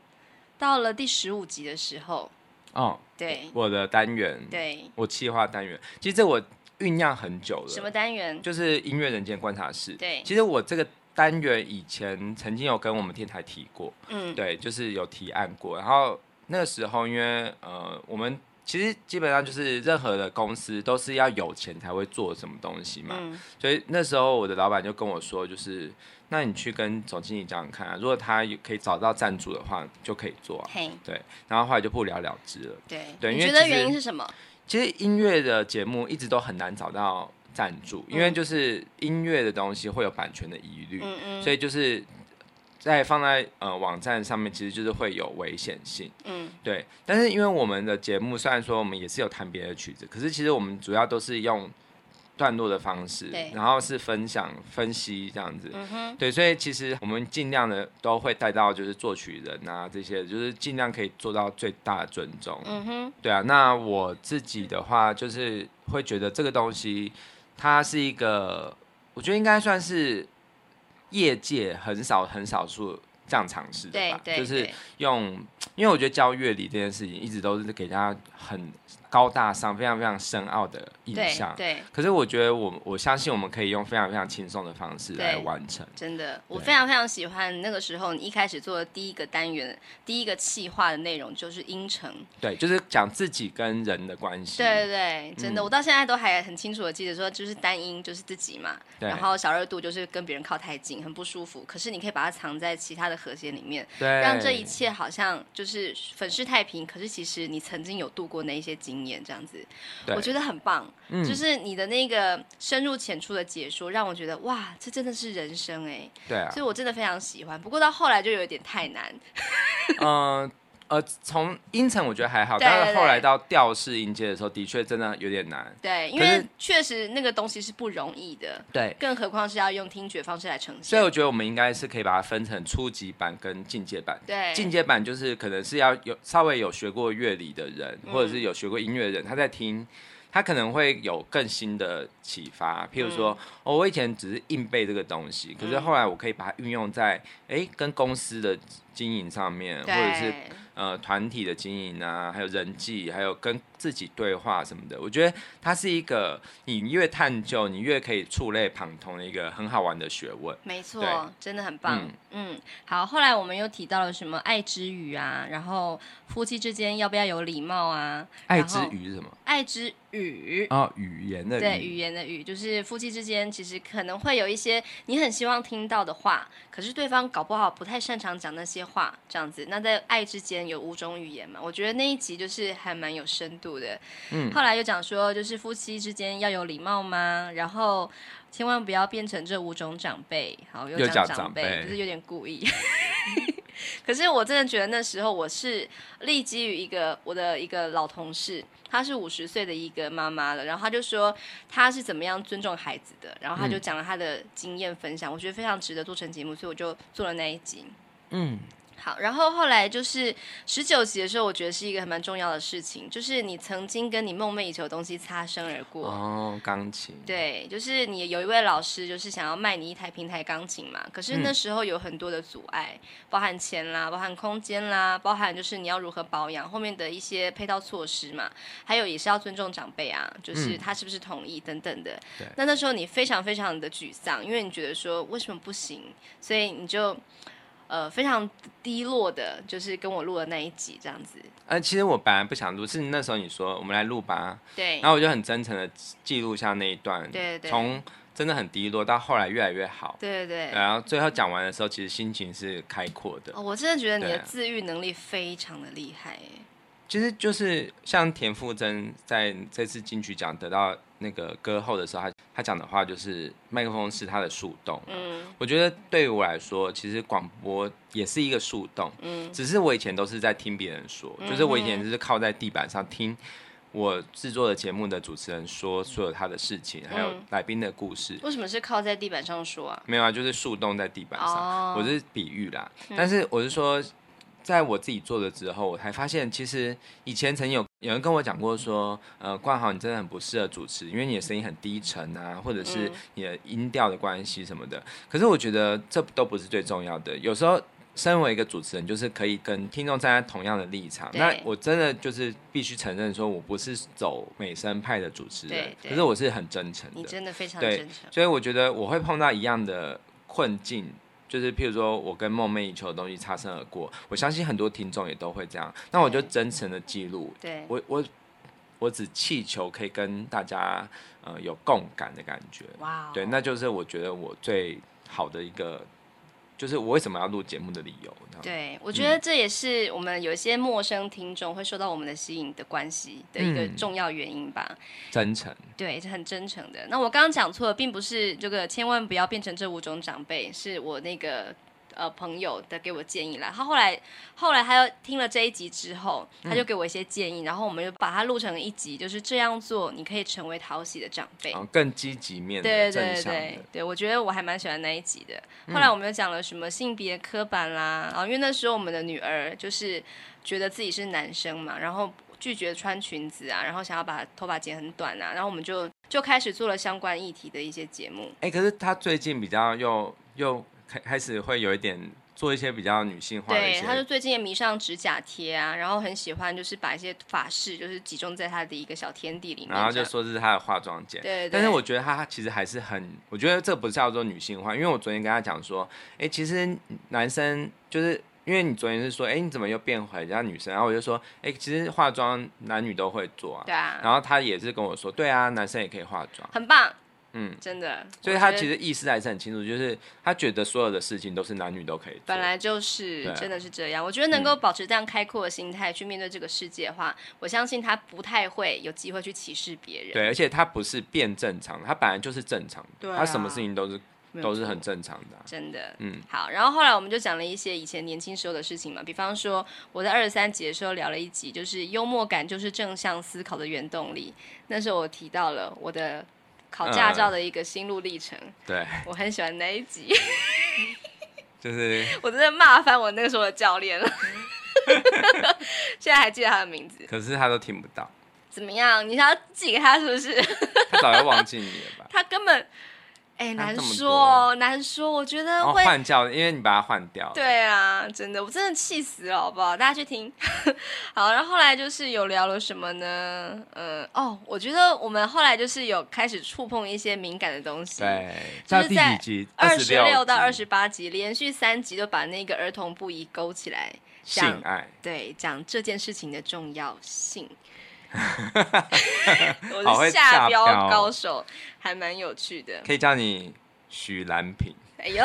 [SPEAKER 2] 到了第十五集的时候，
[SPEAKER 1] 哦，
[SPEAKER 2] 对
[SPEAKER 1] 我的单元，
[SPEAKER 2] 对，
[SPEAKER 1] 我企划单元，其实这我酝酿很久了。
[SPEAKER 2] 什么单元？
[SPEAKER 1] 就是音乐人间观察室。
[SPEAKER 2] 对
[SPEAKER 1] 其实我这个单元以前曾经有跟我们电台提过，
[SPEAKER 2] 嗯，
[SPEAKER 1] 对，就是有提案过。然后那个时候，因为呃，我们其实基本上就是任何的公司都是要有钱才会做什么东西嘛，
[SPEAKER 2] 嗯，
[SPEAKER 1] 所以那时候我的老板就跟我说，就是那你去跟总经理讲讲看、啊，如果他有可以找到赞助的话，就可以做、啊。
[SPEAKER 2] 嘿，
[SPEAKER 1] 对，然后后来就不了了之了。
[SPEAKER 2] 对，
[SPEAKER 1] 对
[SPEAKER 2] 你
[SPEAKER 1] 因为
[SPEAKER 2] 觉得
[SPEAKER 1] 其实
[SPEAKER 2] 原因是什么？
[SPEAKER 1] 其实音乐的节目一直都很难找到赞助，因为就是音乐的东西会有版权的疑虑，
[SPEAKER 2] 嗯嗯，
[SPEAKER 1] 所以就是在放在呃网站上面，其实就是会有危险性。
[SPEAKER 2] 嗯
[SPEAKER 1] 对，但是因为我们的节目虽然说我们也是有弹别的曲子，可是其实我们主要都是用段落的方式
[SPEAKER 2] 对，
[SPEAKER 1] 然后是分享、分析这样子。
[SPEAKER 2] 嗯哼，
[SPEAKER 1] 对，所以其实我们尽量的都会带到就是作曲人啊这些，就是尽量可以做到最大的尊重。
[SPEAKER 2] 嗯哼，
[SPEAKER 1] 对啊，那我自己的话，就是会觉得这个东西，它是一个，我觉得应该算是业界很少很少数这样尝试的
[SPEAKER 2] 对
[SPEAKER 1] 吧，
[SPEAKER 2] 对，
[SPEAKER 1] 就是
[SPEAKER 2] 对
[SPEAKER 1] 用，因为我觉得教乐理这件事情一直都是给大家很高大上、非常非常深奥的印象
[SPEAKER 2] 对。对，
[SPEAKER 1] 可是我觉得我我相信我们可以用非常非常轻松的方式来
[SPEAKER 2] 对
[SPEAKER 1] 完成。
[SPEAKER 2] 真的，我
[SPEAKER 1] 对
[SPEAKER 2] 非常非常喜欢那个时候你一开始做的第一个单元、第一个企划的内容就是音程。
[SPEAKER 1] 对，就是讲自己跟人的关系。
[SPEAKER 2] 对对对，真的，
[SPEAKER 1] 嗯
[SPEAKER 2] 我到现在都还很清楚的记得说，就是单音就是自己嘛，
[SPEAKER 1] 对
[SPEAKER 2] 然后小热度就是跟别人靠太近，很不舒服。可是你可以把它藏在其他的和弦里面，
[SPEAKER 1] 对，
[SPEAKER 2] 让这一切好像就是粉饰太平。可是其实你曾经有度过那一些经验，这样子，
[SPEAKER 1] 对
[SPEAKER 2] 我觉得很棒。
[SPEAKER 1] 嗯
[SPEAKER 2] 就是你的那个深入浅出的解说，让我觉得哇，这真的是人生哎、
[SPEAKER 1] 对啊，
[SPEAKER 2] 所以我真的非常喜欢。不过到后来就有一点太难，
[SPEAKER 1] 嗯呃，从音程我觉得还好，
[SPEAKER 2] 对对
[SPEAKER 1] 但是后来到调式音阶的时候，的确真的有点难。
[SPEAKER 2] 对，因
[SPEAKER 1] 可是
[SPEAKER 2] 为确实那个东西是不容易的，
[SPEAKER 1] 对，
[SPEAKER 2] 更何况是要用听觉方式来呈现。
[SPEAKER 1] 所以我觉得我们应该是可以把它分成初级版跟进阶版。
[SPEAKER 2] 对，
[SPEAKER 1] 进阶版就是可能是要有稍微有学过乐理的人，或
[SPEAKER 2] 嗯
[SPEAKER 1] 者是有学过音乐的人，他在听，他可能会有更新的启发。譬如说，哦，我以前只是硬背这个东西，可是
[SPEAKER 2] 嗯
[SPEAKER 1] 后来我可以把它运用在哎、诶跟公司的经营上面，或者是
[SPEAKER 2] 对
[SPEAKER 1] 呃团体的经营啊，还有人际，还有跟自己对话什么的。我觉得它是一个你越探究，你越可以触类旁通的一个很好玩的学问。
[SPEAKER 2] 没
[SPEAKER 1] 对
[SPEAKER 2] 错，真的很棒
[SPEAKER 1] 嗯。
[SPEAKER 2] 嗯好，后来我们又提到了什么爱之语啊，然后夫妻之间要不要有礼貌啊？
[SPEAKER 1] 爱
[SPEAKER 2] 然
[SPEAKER 1] 之
[SPEAKER 2] 后
[SPEAKER 1] 语是什么？
[SPEAKER 2] 爱之语。
[SPEAKER 1] 哦，语言的
[SPEAKER 2] 对
[SPEAKER 1] 语
[SPEAKER 2] 语言的语，就是夫妻之间其实可能会有一些你很希望听到的话，可是对方搞不好不太擅长讲那些话，这样子。那在爱之间有五种语言嘛？我觉得那一集就是还蛮有深度的。
[SPEAKER 1] 嗯
[SPEAKER 2] 后来又讲说，就是夫妻之间要有礼貌吗？然后千万不要变成这五种长辈。好，又
[SPEAKER 1] 又
[SPEAKER 2] 讲
[SPEAKER 1] 讲
[SPEAKER 2] 长
[SPEAKER 1] 长
[SPEAKER 2] 辈，
[SPEAKER 1] 辈
[SPEAKER 2] 就是有点故意。 [laughs] 可是我真的觉得那时候我是立基于一个我的一个老同事，她是五十岁的一个妈妈了，然后她就说她是怎么样尊重孩子的，然后她就讲了她的经验分享，我觉得非常值得做成节目，所以我就做了那一集。
[SPEAKER 1] 嗯，
[SPEAKER 2] 好，然后后来就是十九集的时候，我觉得是一个还蛮重要的事情，就是你曾经跟你梦寐以求的东西擦身而过。
[SPEAKER 1] 哦，钢琴。
[SPEAKER 2] 对，就是你有一位老师，就是想要卖你一台平台钢琴嘛，可是那
[SPEAKER 1] 嗯
[SPEAKER 2] 时候有很多的阻碍，包含钱啦，包含空间啦，包含就是你要如何保养，后面的一些配套措施嘛，还有也是要尊重长辈啊，就是
[SPEAKER 1] 嗯
[SPEAKER 2] 他是不是同意等等的。
[SPEAKER 1] 对
[SPEAKER 2] 那那时候你非常非常的沮丧，因为你觉得说为什么不行，所以你就。呃，非常低落的，就是跟我录的那一集这样子，
[SPEAKER 1] 呃，其实我本来不想录，是那时候你说我们来录吧，
[SPEAKER 2] 对，
[SPEAKER 1] 然后我就很真诚的记录下那一段，
[SPEAKER 2] 对对
[SPEAKER 1] 从真的很低落到后来越来越好，
[SPEAKER 2] 对对对，
[SPEAKER 1] 然后最后讲完的时候，其实心情是开阔的。
[SPEAKER 2] 哦，我真的觉得你的
[SPEAKER 1] 对啊
[SPEAKER 2] 自愈能力非常的厉害耶，
[SPEAKER 1] 其实就是像田馥甄在这次金曲奖得到那个歌后的时候，他他讲的话就是麦克风是他的树洞。啊
[SPEAKER 2] 嗯，
[SPEAKER 1] 我觉得对于我来说，其实广播也是一个树洞，
[SPEAKER 2] 嗯
[SPEAKER 1] 只是我以前都是在听别人说，就是我以前就是靠在地板上听我制作的节目的主持人说所有他的事情，还有
[SPEAKER 2] 嗯
[SPEAKER 1] 来宾的故事。
[SPEAKER 2] 为什么是靠在地板上说啊？
[SPEAKER 1] 没有啊，就是树洞在地板上，
[SPEAKER 2] 哦
[SPEAKER 1] 我是比喻啦。但是我是说，在我自己做了之后，我才发现，其实以前曾经有有人跟我讲过说，呃，冠豪你真的很不适合主持，因为你的声音很低沉啊，或者是
[SPEAKER 2] 嗯
[SPEAKER 1] 你的音调的关系什么的。可是我觉得这都不是最重要的，有时候。身为一个主持人，就是可以跟听众站在同样的立场。
[SPEAKER 2] 对
[SPEAKER 1] 那我真的就是必须承认，说我不是走美声派的主持人
[SPEAKER 2] 对，对
[SPEAKER 1] 可是我是很真诚
[SPEAKER 2] 你
[SPEAKER 1] 的。
[SPEAKER 2] 真的非常
[SPEAKER 1] 对
[SPEAKER 2] 真诚，
[SPEAKER 1] 所以我觉得我会碰到一样的困境，就是譬如说我跟梦寐以求的东西擦身而过，我相信很多听众也都会这样。那我就
[SPEAKER 2] 对
[SPEAKER 1] 真诚的记录，
[SPEAKER 2] 对，
[SPEAKER 1] 我我我只祈求可以跟大家呃有共感的感觉，
[SPEAKER 2] 哇哦，
[SPEAKER 1] 对，那就是我觉得我最好的一个，就是我为什么要录节目的理由。这样
[SPEAKER 2] 对，我
[SPEAKER 1] 嗯
[SPEAKER 2] 觉得这也是我们有一些陌生听众会受到我们的吸引的关系的一个
[SPEAKER 1] 嗯
[SPEAKER 2] 重要原因吧。
[SPEAKER 1] 真诚，
[SPEAKER 2] 对，是很真诚的。那我刚刚讲错了，并不是这个，千万不要变成这五种长辈，是我那个呃朋友的给我建议啦。他后来后来他又听了这一集之后，他
[SPEAKER 1] 嗯
[SPEAKER 2] 就给我一些建议，然后我们就把它录成一集，就是这样做，你可以成为讨喜的长辈
[SPEAKER 1] 然。后更积极面的、
[SPEAKER 2] 对
[SPEAKER 1] 正
[SPEAKER 2] 对
[SPEAKER 1] 向
[SPEAKER 2] 对
[SPEAKER 1] 的。嗯
[SPEAKER 2] 对，我觉得我还蛮喜欢那一集的。后来我们又讲了什么性别刻板啦，然后因为那时候我们的女儿就是觉得自己是男生嘛，然后拒绝穿裙子啊，然后想要把头发剪很短啊，然后我们就就开始做了相关议题的一些节目。
[SPEAKER 1] 哎、可是他最近比较又又开开始会有一点做一些比较女性化的
[SPEAKER 2] 对，
[SPEAKER 1] 一些
[SPEAKER 2] 她就最近也迷上指甲贴啊，然后很喜欢就是把一些发饰就是集中在她的一个小天地里面这样。
[SPEAKER 1] 然后就说这是她的化妆间。
[SPEAKER 2] 对，对
[SPEAKER 1] 但是我觉得她其实还是很，我觉得这不叫做女性化，因为我昨天跟她讲说，哎、其实男生就是因为你昨天是说，哎、你怎么又变回人家女生？然后我就说，哎、其实化妆男女都会做啊。
[SPEAKER 2] 对啊，
[SPEAKER 1] 然后她也是跟我说，对啊，男生也可以化妆。
[SPEAKER 2] 很棒，
[SPEAKER 1] 嗯，
[SPEAKER 2] 真的。
[SPEAKER 1] 所以
[SPEAKER 2] 我
[SPEAKER 1] 她
[SPEAKER 2] 觉
[SPEAKER 1] 其
[SPEAKER 2] 得
[SPEAKER 1] 实意识还是很清楚，就是她觉得所有的事情都是男女都可以做。
[SPEAKER 2] 本来就是
[SPEAKER 1] 对，嗯
[SPEAKER 2] 真的是这样。我觉得能够保持这样开阔的心态去面对这个世界的话，我相信他不太会有机会去歧视别人。
[SPEAKER 1] 对，而且她不是变正常的，她本来就是正常的，
[SPEAKER 2] 对啊
[SPEAKER 1] 她什么事情都是
[SPEAKER 2] 没有
[SPEAKER 1] 都是
[SPEAKER 2] 错
[SPEAKER 1] 很正常的啊、
[SPEAKER 2] 真的。
[SPEAKER 1] 嗯，
[SPEAKER 2] 好，然后后来我们就讲了一些以前年轻时候的事情嘛，比方说我在二十三集的时候聊了一集，就是幽默感就是正向思考的原动力。那时候我提到了我的考驾
[SPEAKER 1] 嗯
[SPEAKER 2] 照的一个心路历程，
[SPEAKER 1] 对，
[SPEAKER 2] 我很喜欢那一集， [laughs]
[SPEAKER 1] 就是
[SPEAKER 2] 我真的骂翻我那个时候的教练了， [laughs] 现在还记得他的名字。
[SPEAKER 1] 可是他都听不到，
[SPEAKER 2] 怎么样？你想要寄给他是不是？？
[SPEAKER 1] 他早就忘记你了吧
[SPEAKER 2] [laughs] 他根本，哎、
[SPEAKER 1] 他
[SPEAKER 2] 难
[SPEAKER 1] 这么
[SPEAKER 2] 说哦，难说。我觉
[SPEAKER 1] 然
[SPEAKER 2] 得
[SPEAKER 1] 后
[SPEAKER 2] 会，
[SPEAKER 1] 哦换教，因为你把他换掉。，
[SPEAKER 2] 对啊，真的，我真的气死了，好不好？大家去听。 [laughs] 好，然后后来就是有聊了什么呢？呃，哦，我觉得我们后来就是有开始触碰一些敏感的东西。
[SPEAKER 1] 对，
[SPEAKER 2] 就
[SPEAKER 1] 到
[SPEAKER 2] 是
[SPEAKER 1] 第
[SPEAKER 2] 在
[SPEAKER 1] 几集？
[SPEAKER 2] 二
[SPEAKER 1] 十
[SPEAKER 2] 十六到二
[SPEAKER 1] 集
[SPEAKER 2] 十八集，连续三集都把那个儿童不宜勾起来，
[SPEAKER 1] 性
[SPEAKER 2] 讲
[SPEAKER 1] 爱，
[SPEAKER 2] 对，讲这件事情的重要
[SPEAKER 1] [laughs]
[SPEAKER 2] 性。
[SPEAKER 1] 好
[SPEAKER 2] 我
[SPEAKER 1] 会
[SPEAKER 2] 是
[SPEAKER 1] 下
[SPEAKER 2] 下标
[SPEAKER 1] 标哦
[SPEAKER 2] 高手，还蛮有趣的。
[SPEAKER 1] 可以叫你许兰萍。
[SPEAKER 2] 哎呦，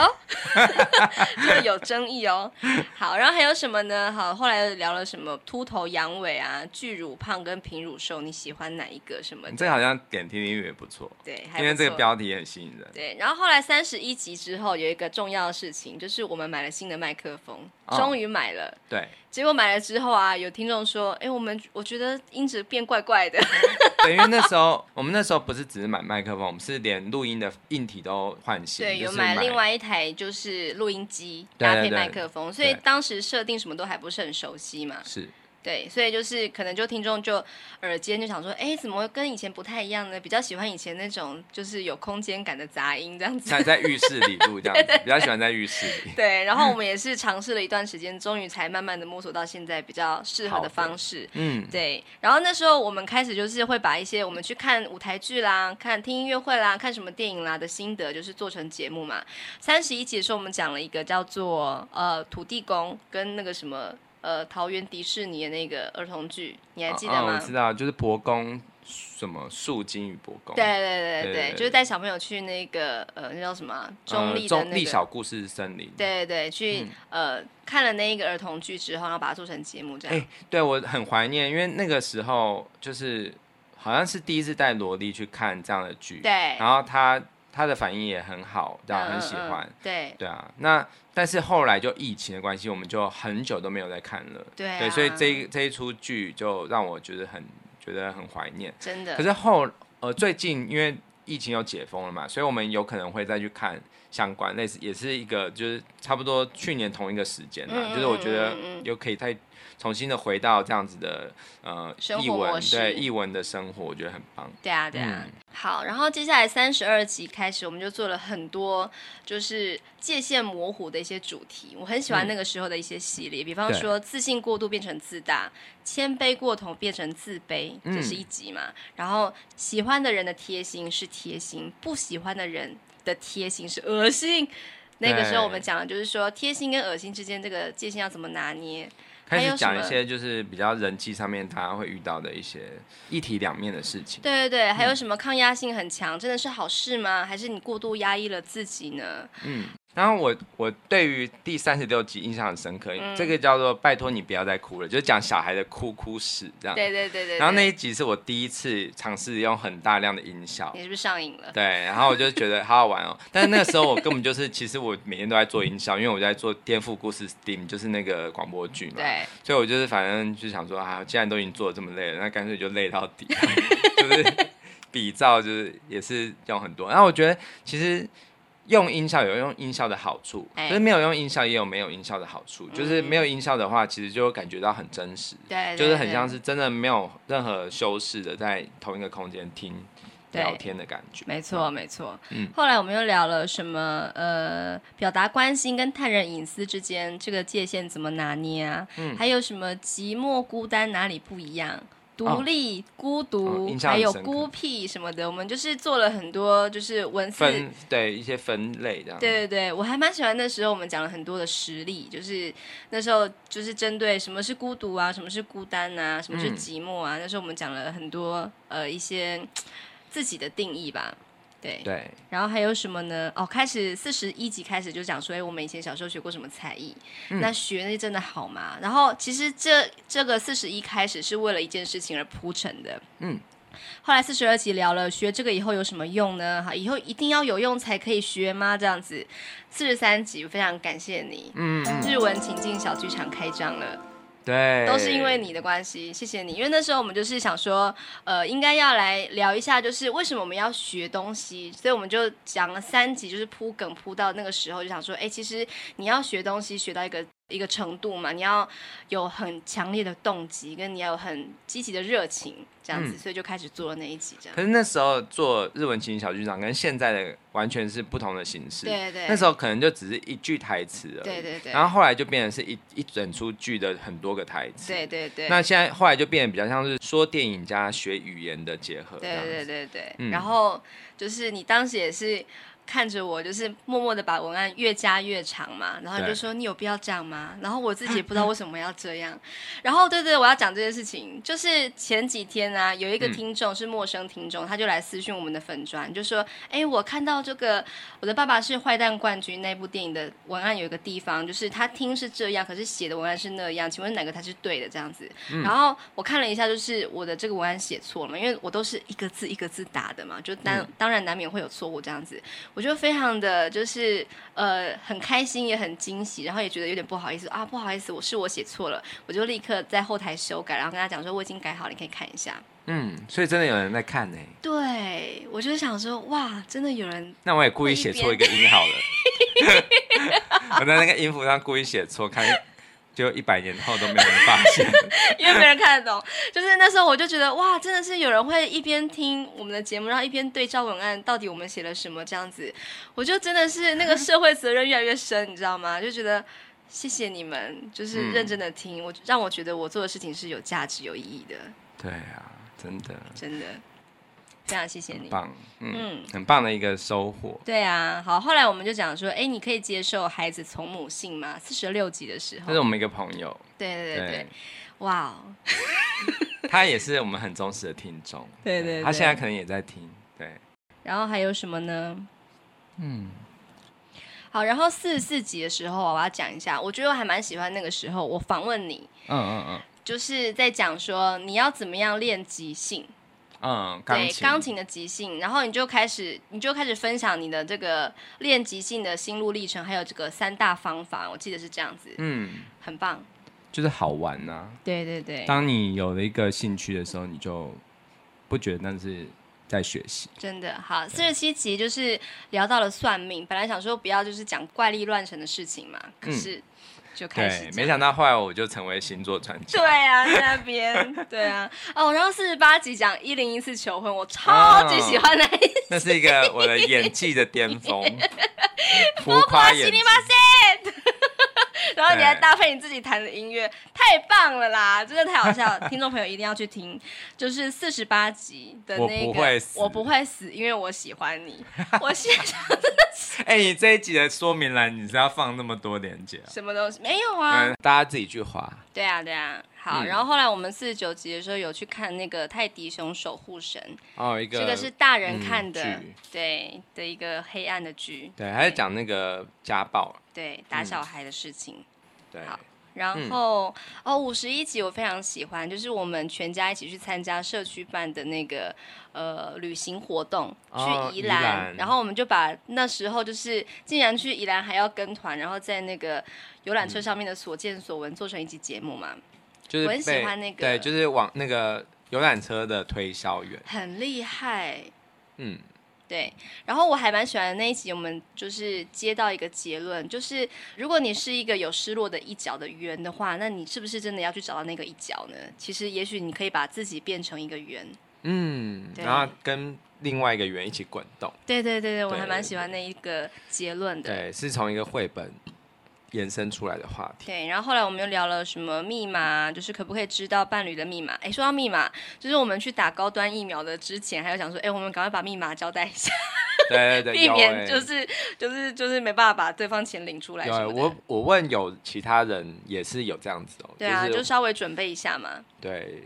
[SPEAKER 2] 这个有争议哦。好，然后还有什么呢？好，后来又聊了什么秃头、阳痿啊、巨乳胖跟平乳瘦，你喜欢哪一个什么
[SPEAKER 1] 你
[SPEAKER 2] 的？
[SPEAKER 1] 这个好像点听率也不错，
[SPEAKER 2] 对，呃还
[SPEAKER 1] 因为
[SPEAKER 2] 不
[SPEAKER 1] 这个
[SPEAKER 2] 错
[SPEAKER 1] 标题也很吸引人。
[SPEAKER 2] 对，然后后来三十一集之后有一个重要的事情，就是我们买了新的麦克风，
[SPEAKER 1] 哦
[SPEAKER 2] 终于买了。
[SPEAKER 1] 对，
[SPEAKER 2] 结果买了之后啊，有听众说：“哎，我们我觉得音质变怪怪的。
[SPEAKER 1] 对，因为那时候我们那时候不是只是买麦克风，我们是连录音的硬体都换”新，
[SPEAKER 2] 对，
[SPEAKER 1] 就
[SPEAKER 2] 有
[SPEAKER 1] [laughs] 是
[SPEAKER 2] 买另外一台就是录音机
[SPEAKER 1] 对对
[SPEAKER 2] 搭配
[SPEAKER 1] 对
[SPEAKER 2] 麦克风，所以
[SPEAKER 1] 对
[SPEAKER 2] 当时设定什么都还不是很熟悉嘛。
[SPEAKER 1] 是
[SPEAKER 2] 对，所以就是可能就听众就耳尖就想说，哎，怎么跟以前不太一样呢？比较喜欢以前那种就是有空间感的杂音这样子。
[SPEAKER 1] 在在浴室里录这样子，比较喜欢在浴室里。
[SPEAKER 2] 对，然后我们
[SPEAKER 1] [laughs]
[SPEAKER 2] 也是尝试了一段时间，终于才慢慢的摸索到现在比较适合
[SPEAKER 1] 好
[SPEAKER 2] 的
[SPEAKER 1] 的
[SPEAKER 2] 方式。
[SPEAKER 1] 嗯，
[SPEAKER 2] 对，然后那时候我们开始就是会把一些我们去看舞台剧啦、看听音乐会啦、看什么电影啦的心得，就是做成节目嘛。三十一集的时候，我们讲了一个叫做呃土地公跟那个什么呃桃园迪士尼的那个儿童剧，你还记得
[SPEAKER 1] 哦
[SPEAKER 2] 吗？
[SPEAKER 1] 我知道，就是博公什么树精与博公，
[SPEAKER 2] 对对对对
[SPEAKER 1] 对对
[SPEAKER 2] 对，
[SPEAKER 1] 对
[SPEAKER 2] 就是带小朋友去那个呃，那叫什么啊中
[SPEAKER 1] 呃
[SPEAKER 2] 立的
[SPEAKER 1] 中
[SPEAKER 2] 那
[SPEAKER 1] 立
[SPEAKER 2] 个，
[SPEAKER 1] 小故事森林。
[SPEAKER 2] 对对对，去呃看了那一个儿童剧之后，然后把它做成节目这
[SPEAKER 1] 哎、
[SPEAKER 2] 样。
[SPEAKER 1] 对我很怀念，因为那个时候就是好像是第一次带萝莉去看这样的剧，
[SPEAKER 2] 对，
[SPEAKER 1] 然后她她的反应也很好，啊这样
[SPEAKER 2] 嗯
[SPEAKER 1] 很喜欢。。
[SPEAKER 2] 嗯嗯对
[SPEAKER 1] 对啊，那但是后来就疫情的关系，我们就很久都没有再看了。
[SPEAKER 2] 对啊
[SPEAKER 1] 对，所以这一这一出剧就让我觉得很觉得很怀念。
[SPEAKER 2] 真的
[SPEAKER 1] 可是后呃最近因为疫情又解封了嘛，所以我们有可能会再去看相关类似，也是一个就是差不多去年同一个时间
[SPEAKER 2] 嗯
[SPEAKER 1] 啦，
[SPEAKER 2] 嗯
[SPEAKER 1] 就是我觉得
[SPEAKER 2] 嗯嗯嗯
[SPEAKER 1] 又可以再重新的回到这样子的呃
[SPEAKER 2] 生活
[SPEAKER 1] 译
[SPEAKER 2] 模
[SPEAKER 1] 文
[SPEAKER 2] 式
[SPEAKER 1] 对译文的生活，我觉得很棒。
[SPEAKER 2] 对啊，对啊。
[SPEAKER 1] 嗯
[SPEAKER 2] 好，然后接下来三十二集开始，我们就做了很多就是界限模糊的一些主题。我很喜欢那个时候的一些系列，比方
[SPEAKER 1] 对
[SPEAKER 2] 说自信过度变成自大，谦卑过头变成自卑，这、
[SPEAKER 1] 嗯
[SPEAKER 2] 是一集嘛。然后喜欢的人的贴心是贴心，不喜欢的人的贴心是恶心。那个时候我们
[SPEAKER 1] 对
[SPEAKER 2] 讲的就是说贴心跟恶心之间这个界限要怎么拿捏。
[SPEAKER 1] 开
[SPEAKER 2] 还
[SPEAKER 1] 始
[SPEAKER 2] 有
[SPEAKER 1] 讲
[SPEAKER 2] 什
[SPEAKER 1] 一
[SPEAKER 2] 么
[SPEAKER 1] 些就是比较人际上面大家会遇到的一些一体两面的事情。
[SPEAKER 2] 对对对，还有什么抗压性很强，真的是好事吗？还是你过度压抑了自己呢？
[SPEAKER 1] 嗯，然后我我对于第三十六集印象很深刻，
[SPEAKER 2] 嗯
[SPEAKER 1] 这个叫做“拜托你不要再哭了”，就是讲小孩的哭哭史这样。
[SPEAKER 2] 对对对对对。
[SPEAKER 1] 然后那一集是我第一次尝试用很大量的音效，
[SPEAKER 2] 你是不是上瘾了？
[SPEAKER 1] 对，然后我就觉得好好玩哦。但是那个时候我根本就是，其实我每天都在做音效，因为我在做《颠覆故事 STEAM》，就是那个广播剧嘛。
[SPEAKER 2] 对，
[SPEAKER 1] 所以我就是反正就想说啊，既然都已经做的这么累了，那干脆就累到底， [laughs] 就是比照就是也是用很多。然后我觉得其实用音效有用音效的好处，
[SPEAKER 2] 哎嗯
[SPEAKER 1] 就是没有用音效也有没有音效的好处。就是没有音效的话，其实就会感觉到很真实，
[SPEAKER 2] 对，
[SPEAKER 1] 就是很像
[SPEAKER 2] 是
[SPEAKER 1] 是真的没有任何修饰的，在同一个空间听
[SPEAKER 2] 对
[SPEAKER 1] 聊天的感觉。
[SPEAKER 2] 没错没错。
[SPEAKER 1] 嗯
[SPEAKER 2] 后来我们又聊了什么？呃，表达关心跟探人隐私之间这个界限怎么拿捏啊？
[SPEAKER 1] 嗯
[SPEAKER 2] 还有什么寂寞孤单哪里不一样？独
[SPEAKER 1] 哦
[SPEAKER 2] 立、孤独
[SPEAKER 1] 哦，印象
[SPEAKER 2] 还
[SPEAKER 1] 很
[SPEAKER 2] 有
[SPEAKER 1] 深刻
[SPEAKER 2] 孤僻什么的，我们就是做了很多，就是文字
[SPEAKER 1] 分对一些分类这样。
[SPEAKER 2] 对对对，我还蛮喜欢那时候我们讲了很多的实例，就是那时候就是针对什么是孤独啊，什么是孤单啊，什么是
[SPEAKER 1] 嗯
[SPEAKER 2] 寂寞啊，那时候我们讲了很多呃一些嘖自己的定义吧。对，
[SPEAKER 1] 对，
[SPEAKER 2] 然后还有什么呢？哦，开始四十一集开始就讲说，哎，我们以前小时候学过什么才艺？
[SPEAKER 1] 嗯
[SPEAKER 2] 那学那些真的好吗？然后其实这这个四十一开始是为了一件事情而铺陈的，
[SPEAKER 1] 嗯。
[SPEAKER 2] 后来四十二集聊了学这个以后有什么用呢？哈，以后一定要有用才可以学吗？这样子，四十三集非常感谢你，
[SPEAKER 1] 嗯，嗯
[SPEAKER 2] 日文情境小剧场开张了。
[SPEAKER 1] 对，
[SPEAKER 2] 都是因为你的关系，谢谢你。因为那时候我们就是想说，呃，应该要来聊一下，就是为什么我们要学东西，所以我们就讲了三集，就是铺梗铺到那个时候，就想说，哎、其实你要学东西学到一个一个程度嘛，你要有很强烈的动机，跟你要有很积极的热情，这样子，
[SPEAKER 1] 嗯
[SPEAKER 2] 所以就开始做了那一集这样
[SPEAKER 1] 可。是那时候做日文情景小剧场跟现在的完全是不同的形式。
[SPEAKER 2] 对对，
[SPEAKER 1] 那时候可能就只是一句台词而已。
[SPEAKER 2] 对对对
[SPEAKER 1] 然后后来就变成是一一整出剧的很多个台词。
[SPEAKER 2] 对对对，
[SPEAKER 1] 那现在后来就变得比较像是说电影加学语言的结合。这
[SPEAKER 2] 对
[SPEAKER 1] 样子
[SPEAKER 2] 对对对，
[SPEAKER 1] 嗯
[SPEAKER 2] 然后就是你当时也是看着我，就是默默的把文案越加越长嘛，然后你就
[SPEAKER 1] 对
[SPEAKER 2] 说你有必要这样吗？然后我自己也不知道为什么要这样。然后对对，我要讲这件事情，就是前几天啊，有一个
[SPEAKER 1] 嗯
[SPEAKER 2] 听众是陌生听众，他就来私讯我们的粉砖，就说：“哎，我看到这个《我的爸爸是坏蛋冠军》那部电影的文案有一个地方，就是他听是这样，可是写的文案是那样，请问哪个才是对的？”这样子。
[SPEAKER 1] 嗯
[SPEAKER 2] 然后我看了一下，就是我的这个文案写错了嘛，因为我都是一个字一个字打的嘛，就当、
[SPEAKER 1] 嗯
[SPEAKER 2] 当然难免会有错误这样子。我就非常的就是呃很开心，也很惊喜，然后也觉得有点不好意思啊，不好意思，我是我写错了，我就立刻在后台修改，然后跟他讲说我已经改好了，你可以看一下。
[SPEAKER 1] 嗯，所以真的有人在看呢、
[SPEAKER 2] 对，我就是想说，哇，真的有人
[SPEAKER 1] 那我也故意写错一个音好了。 [laughs] 我在那个音符上故意写错，看就一百年后都没有人发
[SPEAKER 2] [laughs]
[SPEAKER 1] 现。
[SPEAKER 2] 因为没人看得懂。就是那时候我就觉得哇，真的是有人会一边听我们的节目，然后一边对照文案，到底我们写了什么这样子。我就真的是那个社会责任越来越深，你知道吗？就觉得谢谢你们，就是
[SPEAKER 1] 嗯
[SPEAKER 2] 认真的听，我让我觉得我做的事情是有价值、有意义的，
[SPEAKER 1] 对啊，真的
[SPEAKER 2] 真的非常谢谢
[SPEAKER 1] 很
[SPEAKER 2] 你。
[SPEAKER 1] 棒，嗯
[SPEAKER 2] 嗯，
[SPEAKER 1] 很棒的一个收获。
[SPEAKER 2] 对啊，好，后来我们就讲说，哎，你可以接受孩子从母性吗？四十六集的时候
[SPEAKER 1] 这是，我们一个朋友，
[SPEAKER 2] 对对对对，哇哦，
[SPEAKER 1] 他也是我们很忠实的听众，
[SPEAKER 2] [laughs] 对对对
[SPEAKER 1] 他现在可能也在听，对，
[SPEAKER 2] 然后还有什么呢？
[SPEAKER 1] 嗯，
[SPEAKER 2] 好，然后四十四集的时候啊，我要讲一下，我觉得我还蛮喜欢那个时候，我访问你，
[SPEAKER 1] 嗯嗯
[SPEAKER 2] 就是在讲说你要怎么样练即兴，
[SPEAKER 1] 嗯嗯，
[SPEAKER 2] 对
[SPEAKER 1] 钢琴，
[SPEAKER 2] 钢，琴的即兴，然后你就开始你就开始分享你的这个练即兴的心路历程，还有这个三大方法，我记得是这样子，
[SPEAKER 1] 嗯，
[SPEAKER 2] 很棒。
[SPEAKER 1] 就是好玩啊呐、
[SPEAKER 2] 对对对
[SPEAKER 1] 当你有了一个兴趣的时候，你就不觉得那是在学习。
[SPEAKER 2] 真的好，四十七集就是聊到了算命，本来想说不要就是讲怪力乱神的事情嘛，可是就开始
[SPEAKER 1] 嗯对，
[SPEAKER 2] 讲
[SPEAKER 1] 没想到后来我就成为星座专家。
[SPEAKER 2] 对啊，在那
[SPEAKER 1] [laughs]
[SPEAKER 2] 边对啊哦，然后四十八集讲一零一次求婚，我超级喜欢那一集，
[SPEAKER 1] [laughs] 那是一个我的演技的巅
[SPEAKER 2] [laughs]
[SPEAKER 1] 峰，浮夸演技
[SPEAKER 2] 西。然后你还搭配你自己弹的音乐，太棒了啦！真的太好笑了，听众朋友一定要去听，就是四十八集的
[SPEAKER 1] 我
[SPEAKER 2] 那个
[SPEAKER 1] 不会死
[SPEAKER 2] 我不会死，因为我喜欢
[SPEAKER 1] [laughs]
[SPEAKER 2] 你。我现在
[SPEAKER 1] 哎、你这一集的说明栏你是要放那么多连接、啊？
[SPEAKER 2] 什么都没有啊
[SPEAKER 1] 嗯，，大家自己去划。
[SPEAKER 2] 对啊，对啊。好，
[SPEAKER 1] 嗯
[SPEAKER 2] 然后后来我们四十九集的时候有去看那个泰迪熊守护神，
[SPEAKER 1] 哦，一个
[SPEAKER 2] 这个是大人看的，
[SPEAKER 1] 嗯剧
[SPEAKER 2] 对的一个黑暗的剧，
[SPEAKER 1] 对，还是讲那个家暴。
[SPEAKER 2] 对打
[SPEAKER 1] 嗯
[SPEAKER 2] 小孩的事情。
[SPEAKER 1] 对，
[SPEAKER 2] 好
[SPEAKER 1] 嗯
[SPEAKER 2] 然后、哦，五十一集我非常喜欢，就是我们全家一起去参加社区办的那个呃旅行活动，
[SPEAKER 1] 哦
[SPEAKER 2] 去宜
[SPEAKER 1] 宜兰
[SPEAKER 2] 然后我们就把那时候就是竟然去宜兰还要跟团，然后在那个游览
[SPEAKER 1] 嗯
[SPEAKER 2] 车上面的所见所闻做成一集节目嘛，
[SPEAKER 1] 就是
[SPEAKER 2] 我很喜
[SPEAKER 1] 被
[SPEAKER 2] 欢那个
[SPEAKER 1] 对，就是往那个游览车的推销员。
[SPEAKER 2] 很厉害。
[SPEAKER 1] 嗯，
[SPEAKER 2] 对，然后我还蛮喜欢的那一集，我们就是接到一个结论，就是如果你是一个有失落的一角的圆的话，那你是不是真的要去找到那个一角呢？其实，也许你可以把自己变成一个圆。
[SPEAKER 1] 嗯，
[SPEAKER 2] 对
[SPEAKER 1] 然后跟另外一个圆一起滚动，
[SPEAKER 2] 对对对对，我
[SPEAKER 1] 对
[SPEAKER 2] 还蛮喜欢那一个结论的。
[SPEAKER 1] 对，是从一个绘本延伸出来的话
[SPEAKER 2] [laughs]
[SPEAKER 1] 题。
[SPEAKER 2] 对，然后后来我们又聊了什么密码，就是可不可以知道伴侣的密码？哎，说到密码，就是我们去打高端疫苗的之前，还有想说，哎，我们赶快把密码交代一下，
[SPEAKER 1] 对对对，
[SPEAKER 2] 避
[SPEAKER 1] 有
[SPEAKER 2] 免
[SPEAKER 1] 欸
[SPEAKER 2] 就是就是就是没办法把对方钱领出来
[SPEAKER 1] 有
[SPEAKER 2] 什
[SPEAKER 1] 欸，
[SPEAKER 2] 么的。
[SPEAKER 1] 我我问有其他人也是有这样子哦、
[SPEAKER 2] 对啊，
[SPEAKER 1] 就
[SPEAKER 2] 就是稍微准备一下嘛。
[SPEAKER 1] 对，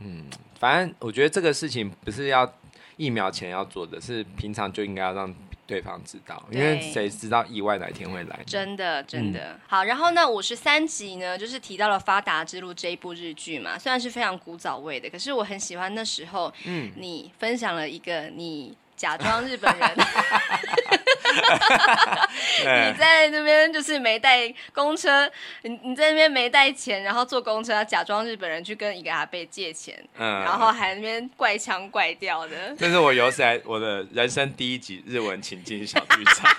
[SPEAKER 1] 嗯，反正我觉得这个事情不是要疫苗前要做的，是平常就应该要让对方知道，因为
[SPEAKER 2] 对
[SPEAKER 1] 谁知道意外哪一天会来？
[SPEAKER 2] 真的，真的、好。然后呢，五十三集呢，就是提到了《发达之路》这一部日剧嘛，虽然是非常古早味的，可是我很喜欢那时候，嗯，你分享了一个你假装日本人， [laughs] 你
[SPEAKER 1] 对
[SPEAKER 2] 在那边就是没带公车，你你在那边没带钱，然后坐公车假装日本人去跟一个阿伯借钱，
[SPEAKER 1] 嗯
[SPEAKER 2] 然后还那边怪腔怪调的。
[SPEAKER 1] 这是我有史来我的人生第一集日文情境小剧
[SPEAKER 2] [laughs]
[SPEAKER 1] 场，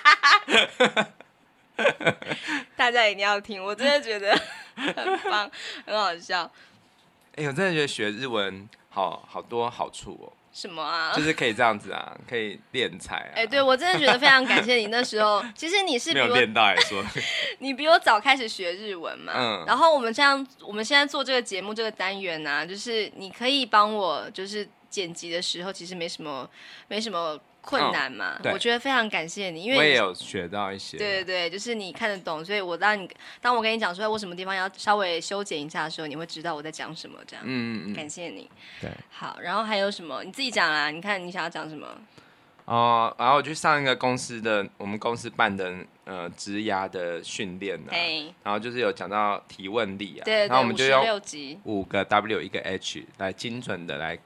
[SPEAKER 2] 大家一定要听，我真的觉得 [laughs] 很棒，很好笑。
[SPEAKER 1] 哎、我真的觉得学日文好好多好处哦、
[SPEAKER 2] 什么啊？
[SPEAKER 1] 就是可以这样子啊，可以练才啊。
[SPEAKER 2] 哎、对我真的觉得非常感谢你那时
[SPEAKER 1] [laughs]
[SPEAKER 2] 候，其实你是比
[SPEAKER 1] 没有
[SPEAKER 2] 我
[SPEAKER 1] 练到来说，
[SPEAKER 2] 你比我早开始学日文嘛，
[SPEAKER 1] 嗯
[SPEAKER 2] 然后我们这样，我们现在做这个节目这个单元呢、啊就是你可以帮我，就是剪辑的时候其实没什么没什么困难嘛，
[SPEAKER 1] 嗯对
[SPEAKER 2] 我觉得非常感谢 [laughs] 你，因为
[SPEAKER 1] 我也
[SPEAKER 2] 你
[SPEAKER 1] 有学到一些。
[SPEAKER 2] 对对对，就是你看得懂，所以我当你当我跟你讲说我什么地方要稍微修剪一下的时候，你会知道我在讲什么，这样、
[SPEAKER 1] 嗯嗯嗯，
[SPEAKER 2] 感谢你。
[SPEAKER 1] 对。
[SPEAKER 2] 好，然后还有什么？你自己讲啊啦，你看你想要讲什么？
[SPEAKER 1] 哦，然后我去上一个公司的，我们公司办的呃职涯的训练啊呢、
[SPEAKER 2] 嘿
[SPEAKER 1] 然后就是有讲到提问力啊，
[SPEAKER 2] 对对
[SPEAKER 1] 然后我
[SPEAKER 2] 对，
[SPEAKER 1] 们
[SPEAKER 2] 五
[SPEAKER 1] 就
[SPEAKER 2] 十
[SPEAKER 1] 用
[SPEAKER 2] 六集，
[SPEAKER 1] 五个 W 一个 H 来精准的来，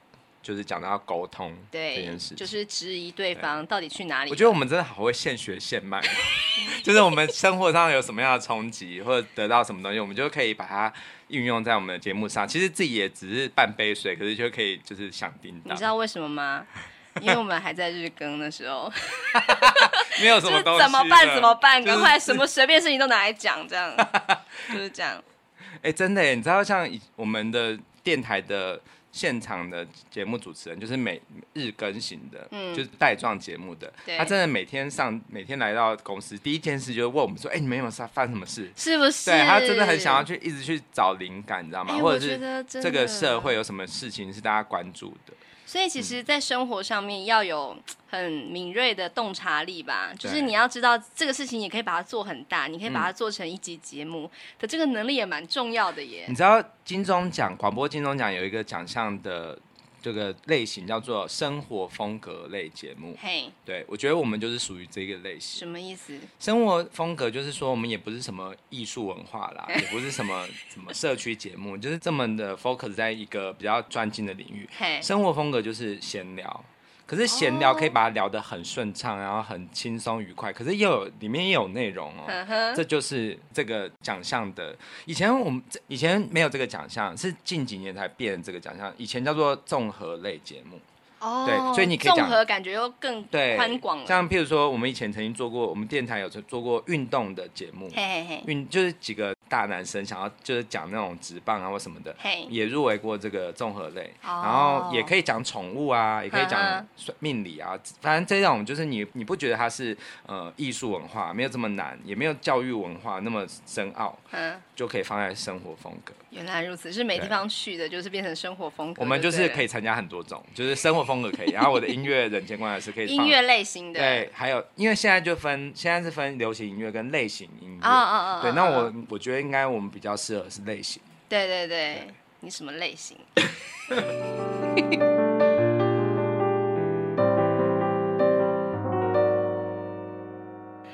[SPEAKER 1] 就是讲到沟通这
[SPEAKER 2] 对
[SPEAKER 1] 件事，情。
[SPEAKER 2] 就是质疑对方到底去哪里了。
[SPEAKER 1] 我觉得我们真的好会现学现卖，啊 [laughs] 就是我们生活上有什么样的冲击或者得到什么东西，我们就可以把它运用在我们的节目上。其实自己也只是半杯水，可是就可以就是响叮
[SPEAKER 2] 你
[SPEAKER 1] 当
[SPEAKER 2] 知，道为什么吗？因为我们还在日更的时候，
[SPEAKER 1] 没有
[SPEAKER 2] 就
[SPEAKER 1] [laughs] 什
[SPEAKER 2] 是
[SPEAKER 1] 么东西
[SPEAKER 2] 怎么办？
[SPEAKER 1] 的
[SPEAKER 2] 怎么办？
[SPEAKER 1] 就是
[SPEAKER 2] 赶快什么随便事情都拿来讲，这样就是这
[SPEAKER 1] [laughs]
[SPEAKER 2] 样。
[SPEAKER 1] 哎、真的耶，你知道像以我们的电台的现场的节目主持人，就是每日更新的，
[SPEAKER 2] 嗯
[SPEAKER 1] 就是带状节目的，
[SPEAKER 2] 对
[SPEAKER 1] 他真的每天上，每天来到公司，第一件事就是问我们说，哎、你们有没有发生什么事？
[SPEAKER 2] 是不是？
[SPEAKER 1] 对他真的很想要去一直去找灵感，你知道
[SPEAKER 2] 哎。
[SPEAKER 1] 吗？或者
[SPEAKER 2] 我觉
[SPEAKER 1] 是
[SPEAKER 2] 得真的
[SPEAKER 1] 这个社会，有嗯什么事情是大家关注的？
[SPEAKER 2] 所以其实，在生活上面要有很敏锐的洞察力吧，就是
[SPEAKER 1] 对嗯
[SPEAKER 2] 你要知道这个事情，也可以把它做很大，你可以把它做成一集节目的这个能力也蛮重要的耶
[SPEAKER 1] 你。知道金钟奖广播金钟奖有一个奖项的这个类型叫做生活风格类节目，
[SPEAKER 2] 嘿，
[SPEAKER 1] 对我觉得我们就是属于这个类型。
[SPEAKER 2] 什么意思？
[SPEAKER 1] 生活风格就是说，我们也不是什么艺术文化啦，也不是什么什么社区节目，就是这么的 focus 在一个比较专精的领域。
[SPEAKER 2] 嘿，
[SPEAKER 1] 生活风格就是闲聊，可是闲聊可
[SPEAKER 2] 哦
[SPEAKER 1] 以把它聊得很顺畅，然后很轻松愉快，可是又有里面也有内容哦。
[SPEAKER 2] 呵
[SPEAKER 1] [laughs]
[SPEAKER 2] 呵，
[SPEAKER 1] 这就是这个奖项的。以前我们以前没有这个奖项，是近几年才变这个奖项。以前叫做综合类节目，
[SPEAKER 2] 哦，
[SPEAKER 1] 对所以你可以
[SPEAKER 2] 综
[SPEAKER 1] 讲
[SPEAKER 2] 合感觉又更
[SPEAKER 1] 对，
[SPEAKER 2] 宽广了。
[SPEAKER 1] 像譬如说，我们以前曾经做过，我们电台有做过运动的节目，
[SPEAKER 2] 嘿嘿嘿，
[SPEAKER 1] 运就是几个大男生想要就是讲那种直棒啊或什么的
[SPEAKER 2] 嘿，
[SPEAKER 1] 也入围过这个综合类，
[SPEAKER 2] 哦
[SPEAKER 1] 然后也可以讲宠物啊，也可以
[SPEAKER 2] 嗯
[SPEAKER 1] 讲
[SPEAKER 2] 哼
[SPEAKER 1] 算命理啊，反正这种就是你你不觉得它是呃艺术文化没有这么难，也没有教育文化那么深奥，
[SPEAKER 2] 嗯，
[SPEAKER 1] 就可以放在生活风格。
[SPEAKER 2] 原来如此，是没地
[SPEAKER 1] 对
[SPEAKER 2] 方去的，就是变成生活风格。
[SPEAKER 1] 我们就是可
[SPEAKER 2] 以
[SPEAKER 1] 以参加很多种，就是生活风
[SPEAKER 2] [laughs]
[SPEAKER 1] 格可以，然后我的音乐人间观啊也是可以
[SPEAKER 2] 音
[SPEAKER 1] 放
[SPEAKER 2] 乐类型的。
[SPEAKER 1] 对，还有因为现在就分，现在是分流行音乐跟类型音乐。
[SPEAKER 2] 啊啊啊！
[SPEAKER 1] 对，
[SPEAKER 2] 啊
[SPEAKER 1] 那
[SPEAKER 2] 啊
[SPEAKER 1] 我我觉得应该我们比较适合是类型。
[SPEAKER 2] 对对对，你什么类型？ [laughs]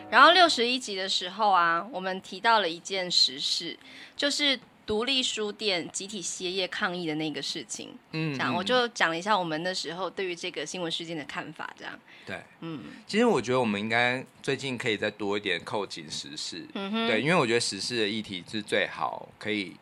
[SPEAKER 2] 然后六十一集的时候啊，我们提到了一件实事，就是独立书店集体歇业抗议的那个事情。
[SPEAKER 1] 嗯
[SPEAKER 2] 这样，我就讲了一下我们那时候对于这个新闻事件的看法。这样，
[SPEAKER 1] 对。
[SPEAKER 2] 嗯
[SPEAKER 1] 其实我觉得我们应该最近可以再多一点扣紧时事，
[SPEAKER 2] 嗯哼，
[SPEAKER 1] 对，因为我觉得时事的议题是最好可以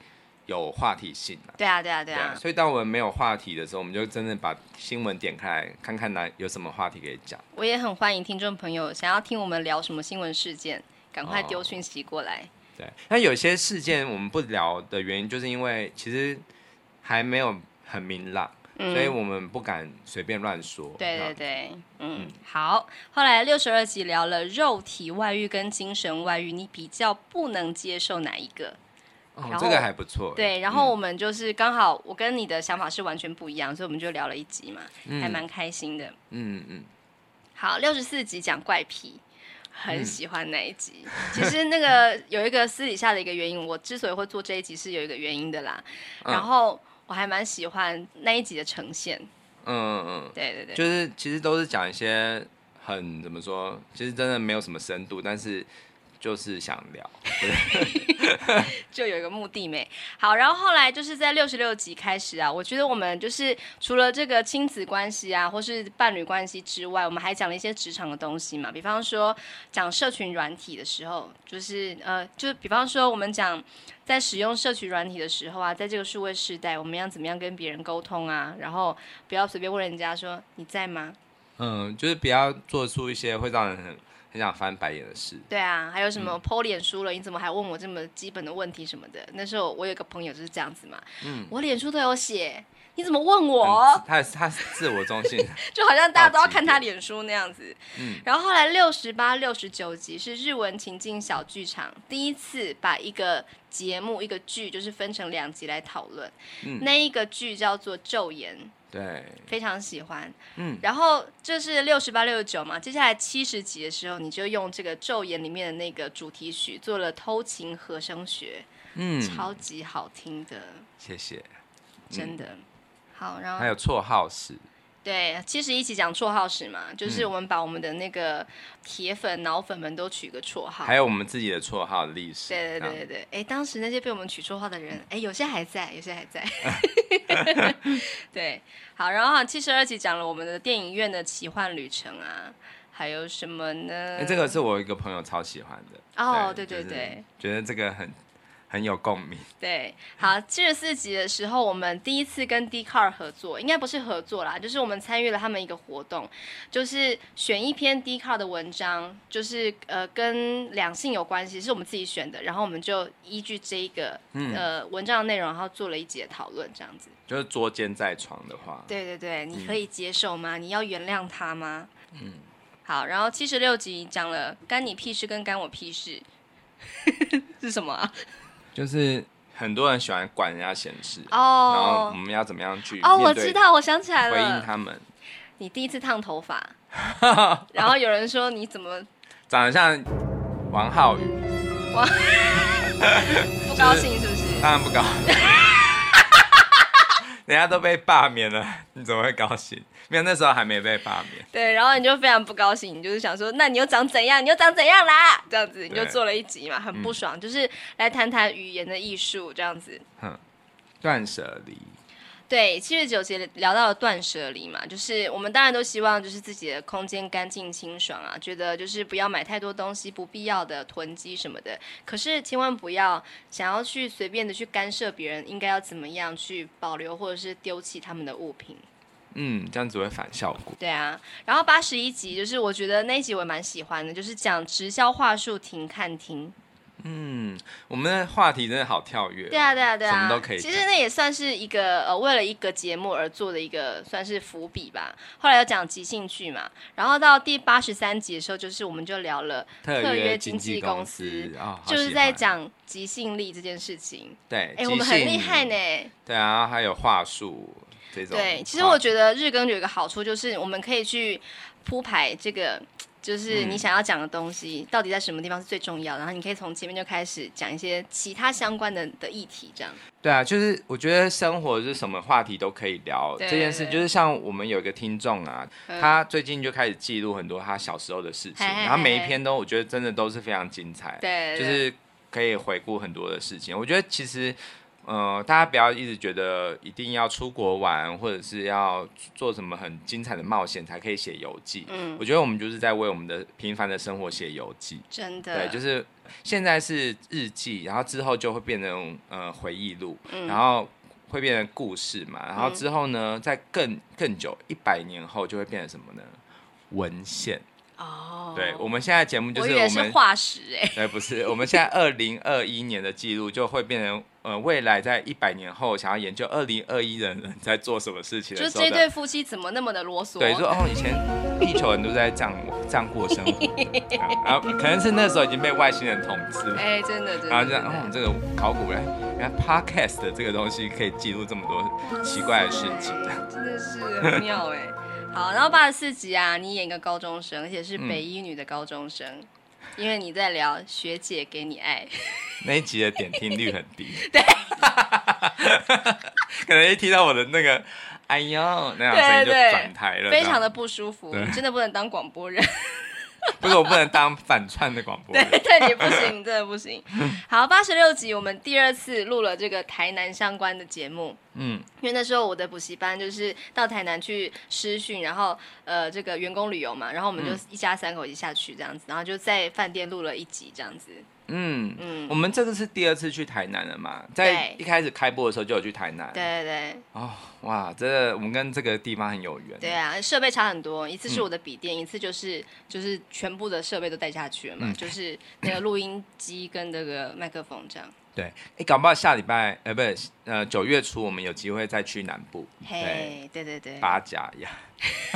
[SPEAKER 1] 有话题性的、
[SPEAKER 2] 对啊对啊对啊，
[SPEAKER 1] 所以当我们没有话题的时候，我们就真的把新闻点开来，看看哪有什么话题可以讲。
[SPEAKER 2] 我也很欢迎听众朋友想要听我们聊什么新闻事件，赶
[SPEAKER 1] 哦
[SPEAKER 2] 快丢讯息过来。
[SPEAKER 1] 对，那有些事件我们不聊的原因，就是因为其实还没有很明朗。
[SPEAKER 2] 嗯
[SPEAKER 1] 所以我们不敢随便乱说。
[SPEAKER 2] 对
[SPEAKER 1] 这
[SPEAKER 2] 对
[SPEAKER 1] 样，
[SPEAKER 2] 对，嗯，好。后来六十二集聊了肉体外遇跟精神外遇，你比较不能接受哪一个？然
[SPEAKER 1] 哦，
[SPEAKER 2] 后
[SPEAKER 1] 这个还不错。嗯
[SPEAKER 2] 对，然后我们就是刚好我跟你的想法是完全不一样，所以我们就聊了一集嘛，还蛮开心的。
[SPEAKER 1] 嗯嗯
[SPEAKER 2] 好，六十四集讲怪癖。
[SPEAKER 1] 嗯
[SPEAKER 2] 很喜欢那一集。其实那个有一个私底下的一个原因，我之所以会做这一集是有一个原因的啦。
[SPEAKER 1] 嗯
[SPEAKER 2] 然后我还蛮喜欢那一集的呈现。
[SPEAKER 1] 嗯嗯
[SPEAKER 2] 对对
[SPEAKER 1] 嗯，
[SPEAKER 2] 对，
[SPEAKER 1] 就是其实都是讲一些很怎么说，其实真的没有什么深度，但是就是想聊。
[SPEAKER 2] [laughs] 就有一个目的没好，然后后来就是在六十六集开始啊，我觉得我们就是除了这个亲子关系啊，或是伴侣关系之外，我们还讲了一些职场的东西嘛，比方说讲社群软体的时候，就是呃，就是比方说我们讲在使用社群软体的时候啊，在这个数位时代，我们要怎么样跟别人沟通啊，然后不要随便问人家说你在吗？
[SPEAKER 1] 嗯，就是不要做出一些会让人很很想翻白眼的事。
[SPEAKER 2] 对啊，还有什么剖脸书了，你怎么还问我这么基本的问题什么的？那时候我有个朋友就是这样子嘛，我脸书都有写，你怎么问我
[SPEAKER 1] 很？嗯他他自我中 [laughs] 心。
[SPEAKER 2] 就好像大家都要
[SPEAKER 1] 到极点
[SPEAKER 2] 看他脸书那样子。然后后来六十八、六十九集是日文情境小剧场，第一次把一个节目、一个剧就是分成两集来讨论。那一个剧叫做《昼颜》，
[SPEAKER 1] 对，
[SPEAKER 2] 非常喜欢。
[SPEAKER 1] 嗯
[SPEAKER 2] 然后这是六十八、六十九嘛，接下来七十集的时候，你就用这个《昼颜》里面的那个主题曲做了偷情和声学，
[SPEAKER 1] 嗯，
[SPEAKER 2] 超级好听的，
[SPEAKER 1] 谢谢。
[SPEAKER 2] 真的。好，然
[SPEAKER 1] 嗯还
[SPEAKER 2] 后
[SPEAKER 1] 有绰号是，
[SPEAKER 2] 对七十一起讲绰号史嘛，
[SPEAKER 1] 嗯
[SPEAKER 2] 就是我们把我们的那个铁粉、脑粉们都取个绰号
[SPEAKER 1] 还。有我们自己的绰号的历史。
[SPEAKER 2] 对对
[SPEAKER 1] 这样
[SPEAKER 2] 对对对，哎，当时那些被我们取绰号的人，哎，有些还在，有些还
[SPEAKER 1] [laughs]
[SPEAKER 2] 在。对，好，然后七十二集讲了我们的电影院的奇幻旅程啊，还有什么呢？
[SPEAKER 1] 哎、这个是我一个朋友超喜欢的。
[SPEAKER 2] 哦，对对
[SPEAKER 1] 就是
[SPEAKER 2] 对
[SPEAKER 1] 觉得这个很很有共鸣。
[SPEAKER 2] 对，
[SPEAKER 1] [laughs]
[SPEAKER 2] 好，七十四集的时候，我们第一次跟 d c a r 合作，应该不是合作啦，就是我们参与了他们一个活动，就是选一篇 d c a r 的文章，就是呃跟两性有关系，是我们自己选的，然后我们就依据这一个、
[SPEAKER 1] 嗯
[SPEAKER 2] 呃文章的内容，然后做了一节讨论，这样子。
[SPEAKER 1] 就是捉奸在床的话，
[SPEAKER 2] 对对对，你可以接受吗？你要原谅他吗？嗯，好，然后七十六集讲了干你屁事跟干我屁事 [laughs] 是什么、啊？
[SPEAKER 1] 就是很多人喜欢管人家闲事，啊然后我
[SPEAKER 2] 哦
[SPEAKER 1] 们要怎么样去
[SPEAKER 2] 哦，我
[SPEAKER 1] 面对
[SPEAKER 2] 知道，我想起来
[SPEAKER 1] 回应
[SPEAKER 2] 了，
[SPEAKER 1] 他们，
[SPEAKER 2] 你第一次烫头
[SPEAKER 1] [laughs]
[SPEAKER 2] 发，然后有人说你怎么
[SPEAKER 1] 长得像王浩宇，
[SPEAKER 2] 不高兴是不是？
[SPEAKER 1] 当然不高 [laughs] 兴，人家都被罢免了，你怎么会高兴？没有，那时候还没被罢免，
[SPEAKER 2] 对，然后你就非常不高兴，你就是想说，那你又长怎样？你又长怎样啦？这样子，你就
[SPEAKER 1] 对嗯
[SPEAKER 2] 做了一集嘛，很不爽，就是来谈谈语言的艺术这样子。
[SPEAKER 1] 断舍离，
[SPEAKER 2] 对，七十九节聊到了断舍离嘛，就是我们当然都希望就是自己的空间干净清爽啊，觉得就是不要买太多东西，不必要的囤积什么的。可是千万不要想要去随便的去干涉别人应该要怎么样去保留或者是丢弃他们的物品。
[SPEAKER 1] 嗯，这样子会反效果。
[SPEAKER 2] 对啊，然后八十一集就是我觉得那一集我也蛮喜欢的，就是讲直销话术停看停。
[SPEAKER 1] 嗯，我们的话题真的好跳跃。
[SPEAKER 2] 对啊，对啊，对啊，
[SPEAKER 1] 什么都可以
[SPEAKER 2] 其实那也算是一个呃，为了一个节目而做的一个算是伏笔吧。后来又讲即兴剧嘛，然后到第八十三集的时候，就是我们就聊了，特
[SPEAKER 1] 特
[SPEAKER 2] 约
[SPEAKER 1] 约
[SPEAKER 2] 经纪
[SPEAKER 1] 纪
[SPEAKER 2] 公
[SPEAKER 1] 公
[SPEAKER 2] 司
[SPEAKER 1] 啊，好
[SPEAKER 2] 就是
[SPEAKER 1] 喜
[SPEAKER 2] 在
[SPEAKER 1] 欢
[SPEAKER 2] 讲即兴力这件事情。
[SPEAKER 1] 对，
[SPEAKER 2] 哎，
[SPEAKER 1] 即
[SPEAKER 2] 我们很厉
[SPEAKER 1] 兴
[SPEAKER 2] 害。呢。
[SPEAKER 1] 对啊，然后还有话术这种话。
[SPEAKER 2] 对，其实我觉得日更有一个好处就是我们可以去铺排这个。就是你
[SPEAKER 1] 嗯
[SPEAKER 2] 想要讲的东西，到底在什么地方是最重要？然后你可以从前面就开始讲一些其他相关的的议题，这样。
[SPEAKER 1] 对啊，就是我觉得生活是什么话题都可以聊。
[SPEAKER 2] 对
[SPEAKER 1] 这件事就是像我们有一个听众啊，
[SPEAKER 2] 嗯
[SPEAKER 1] 他最近就开始记录很多他小时候的事
[SPEAKER 2] 嘿
[SPEAKER 1] 情，
[SPEAKER 2] 嘿嘿
[SPEAKER 1] 然后每一篇都我觉得真的都是非常精彩，
[SPEAKER 2] 对，
[SPEAKER 1] 就
[SPEAKER 2] 对
[SPEAKER 1] 是可以回顾很多的事情。我觉得其实。呃，大家不要一直觉得一定要出国玩，或者是要做什么很精彩的冒险才可以写游记。
[SPEAKER 2] 嗯，
[SPEAKER 1] 我觉得我们就是在为我们的平凡的生活写游记。
[SPEAKER 2] 真的，
[SPEAKER 1] 对，就是现在是日记，然后之后就会变成呃回忆录，
[SPEAKER 2] 嗯
[SPEAKER 1] 然后会变成故事嘛，然后之后呢，在更更久一百年后就会变成什么呢？文献。
[SPEAKER 2] 哦，
[SPEAKER 1] 对，我们现在节目就
[SPEAKER 2] 我
[SPEAKER 1] 是
[SPEAKER 2] 以
[SPEAKER 1] 我
[SPEAKER 2] 为是
[SPEAKER 1] 们。
[SPEAKER 2] 化石哎、
[SPEAKER 1] 对，不是，我们现在二零二一年的记录就会变成，呃，未来在一百年后想要研究二零二一的人在做什么事情
[SPEAKER 2] 就
[SPEAKER 1] 的
[SPEAKER 2] 是
[SPEAKER 1] 时候
[SPEAKER 2] 这
[SPEAKER 1] 的
[SPEAKER 2] 对夫妻怎么那么的啰嗦？
[SPEAKER 1] 对，说哦，以前地球人都在这样这样
[SPEAKER 2] [laughs]
[SPEAKER 1] 过生活，这样然后可能是那时候已经被外星人统治了。
[SPEAKER 2] 哎、真的真的，
[SPEAKER 1] 然后就
[SPEAKER 2] 真
[SPEAKER 1] 想，
[SPEAKER 2] 的
[SPEAKER 1] 哦，这个考古哎，原来 podcast 的这个东西可以记录这么多哦奇怪的事情。
[SPEAKER 2] 哎真的是很妙哎、好，然后八十四集啊，你演一个高中生，而且是
[SPEAKER 1] 嗯
[SPEAKER 2] 北一女的高中生。因为你在聊学姐给你爱，
[SPEAKER 1] 那一集的点听率很
[SPEAKER 2] [laughs]
[SPEAKER 1] 低，对， [laughs] 可能一听到我的那个“哎呦”那样声音就
[SPEAKER 2] 对对 [laughs]
[SPEAKER 1] 转台了，
[SPEAKER 2] 非常
[SPEAKER 1] 这样
[SPEAKER 2] 的不舒服
[SPEAKER 1] 对，
[SPEAKER 2] 真的不能当广播人。
[SPEAKER 1] 不是我不能当反串的广播
[SPEAKER 2] 对
[SPEAKER 1] 人，
[SPEAKER 2] [laughs] 对，你不行，你真的不行。好，八十六集我们第二次录了这个台南相关的节目，
[SPEAKER 1] 嗯，
[SPEAKER 2] 因为那时候我的补习班就是到台南去师训，然后呃这个员工旅游嘛，然后我们就
[SPEAKER 1] 嗯
[SPEAKER 2] 一家三口一起下去这样子，然后就在饭店录了一集这样子。
[SPEAKER 1] 嗯。
[SPEAKER 2] 嗯，
[SPEAKER 1] 我们这个是第二次去台南了嘛，在
[SPEAKER 2] 对
[SPEAKER 1] 一开始开播的时候就有去台南。
[SPEAKER 2] 对对对
[SPEAKER 1] 哦，哇，真的，我们跟这个地方很有缘。
[SPEAKER 2] 对啊，设备差很多，一次
[SPEAKER 1] 嗯
[SPEAKER 2] 是我的笔电，一次就是就是全部的设备都带下去了嘛，
[SPEAKER 1] 嗯
[SPEAKER 2] 就是 [coughs] 那个录音机跟那个麦克风这样。
[SPEAKER 1] 对，哎、搞不好下礼拜，呃，不是，呃，九月初我们有机会再去南部，
[SPEAKER 2] 嘿，对对对，
[SPEAKER 1] 八甲呀， [laughs]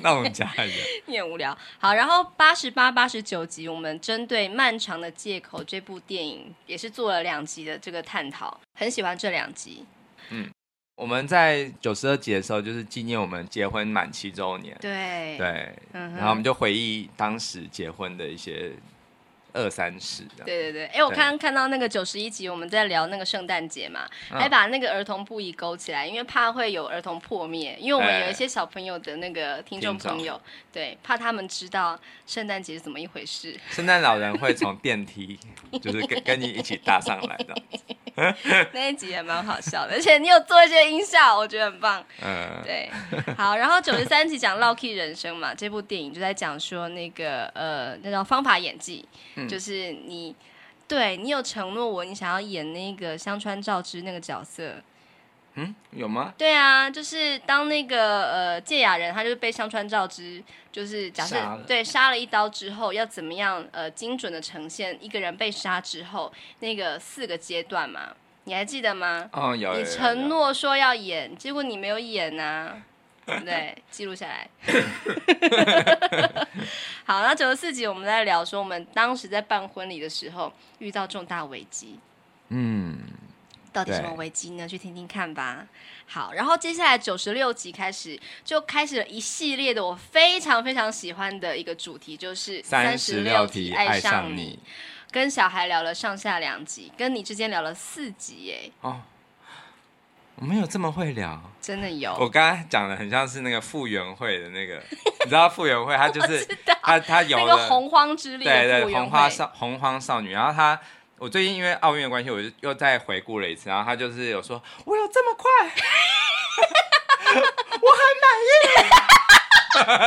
[SPEAKER 1] 那我们甲呀，
[SPEAKER 2] 你很无聊。好，然后八十八、八十九集，我们针对《漫长的借口》这部电影也是做了两集的这个探讨，很喜欢这两集。
[SPEAKER 1] 我们在九十二集的时候，就是纪念我们结婚满七周年，
[SPEAKER 2] 对，
[SPEAKER 1] 对，
[SPEAKER 2] 嗯哼
[SPEAKER 1] 然后我们就回忆当时结婚的一些二三事，这样
[SPEAKER 2] 对对对，哎，我刚刚看到那个九十一集，我们在聊那个圣诞节嘛，
[SPEAKER 1] 嗯
[SPEAKER 2] 还把那个儿童不宜勾起来，因为怕会有儿童破灭，因为我们有一些小朋友的那个哎听众朋友，对，怕他们知道圣诞节是怎么一回事。 [laughs]
[SPEAKER 1] 圣诞老人会从电梯，就是跟跟你一起搭上来的，
[SPEAKER 2] 那一集也蛮好笑的，而且你有做一些音效，我觉得很棒。
[SPEAKER 1] [laughs] 嗯，
[SPEAKER 2] 对，好，然后九十三集讲《l o k y 人生》嘛，这部电影就在讲说那个呃，那种方法演技，
[SPEAKER 1] 嗯
[SPEAKER 2] 就是你对你有承诺我，你想要演那个香川照之那个角色。
[SPEAKER 1] 嗯，有吗？
[SPEAKER 2] 对啊，就是当那个呃芥雅人，他就是被香川照之，就是假设
[SPEAKER 1] 杀了
[SPEAKER 2] 对杀了一刀之后，要怎么样呃精准的呈现一个人被杀之后那个四个阶段嘛？你还记得吗？
[SPEAKER 1] 哦，有，有
[SPEAKER 2] 你
[SPEAKER 1] 有
[SPEAKER 2] 承
[SPEAKER 1] 有
[SPEAKER 2] 诺说要演，结果你没有演呐、对不对？记录下来。 [laughs] 好，那九十四集我们在聊说，我们当时在办婚礼的时候遇到重大危机，
[SPEAKER 1] 嗯，
[SPEAKER 2] 到底什
[SPEAKER 1] 对
[SPEAKER 2] 么危机呢？去听听看吧。好，然后接下来九十六集开始就开始了一系列的我非常非常喜欢的一个主题，就是
[SPEAKER 1] 三十六
[SPEAKER 2] 36
[SPEAKER 1] 题
[SPEAKER 2] 题
[SPEAKER 1] 爱
[SPEAKER 2] 爱
[SPEAKER 1] 上
[SPEAKER 2] 上
[SPEAKER 1] 你
[SPEAKER 2] 你。。跟小孩聊了上下两集，跟你之间聊了四集，耶，
[SPEAKER 1] 哦，我没有这么会聊。
[SPEAKER 2] 真的有。
[SPEAKER 1] 我刚刚讲的很像是那个傅园慧的那个， [laughs] 你知道傅园慧，她就
[SPEAKER 2] 我
[SPEAKER 1] 是
[SPEAKER 2] 知道
[SPEAKER 1] 她她有
[SPEAKER 2] 那个
[SPEAKER 1] 了
[SPEAKER 2] 洪荒之力的
[SPEAKER 1] 对
[SPEAKER 2] 傅
[SPEAKER 1] 对
[SPEAKER 2] 园
[SPEAKER 1] 红花
[SPEAKER 2] 慧
[SPEAKER 1] 少红花少女，然后她。我最近因为奥运的关系，我就又再回顾了一次，然后她就是有说，我有这么快， [laughs] 我很满意。 [laughs]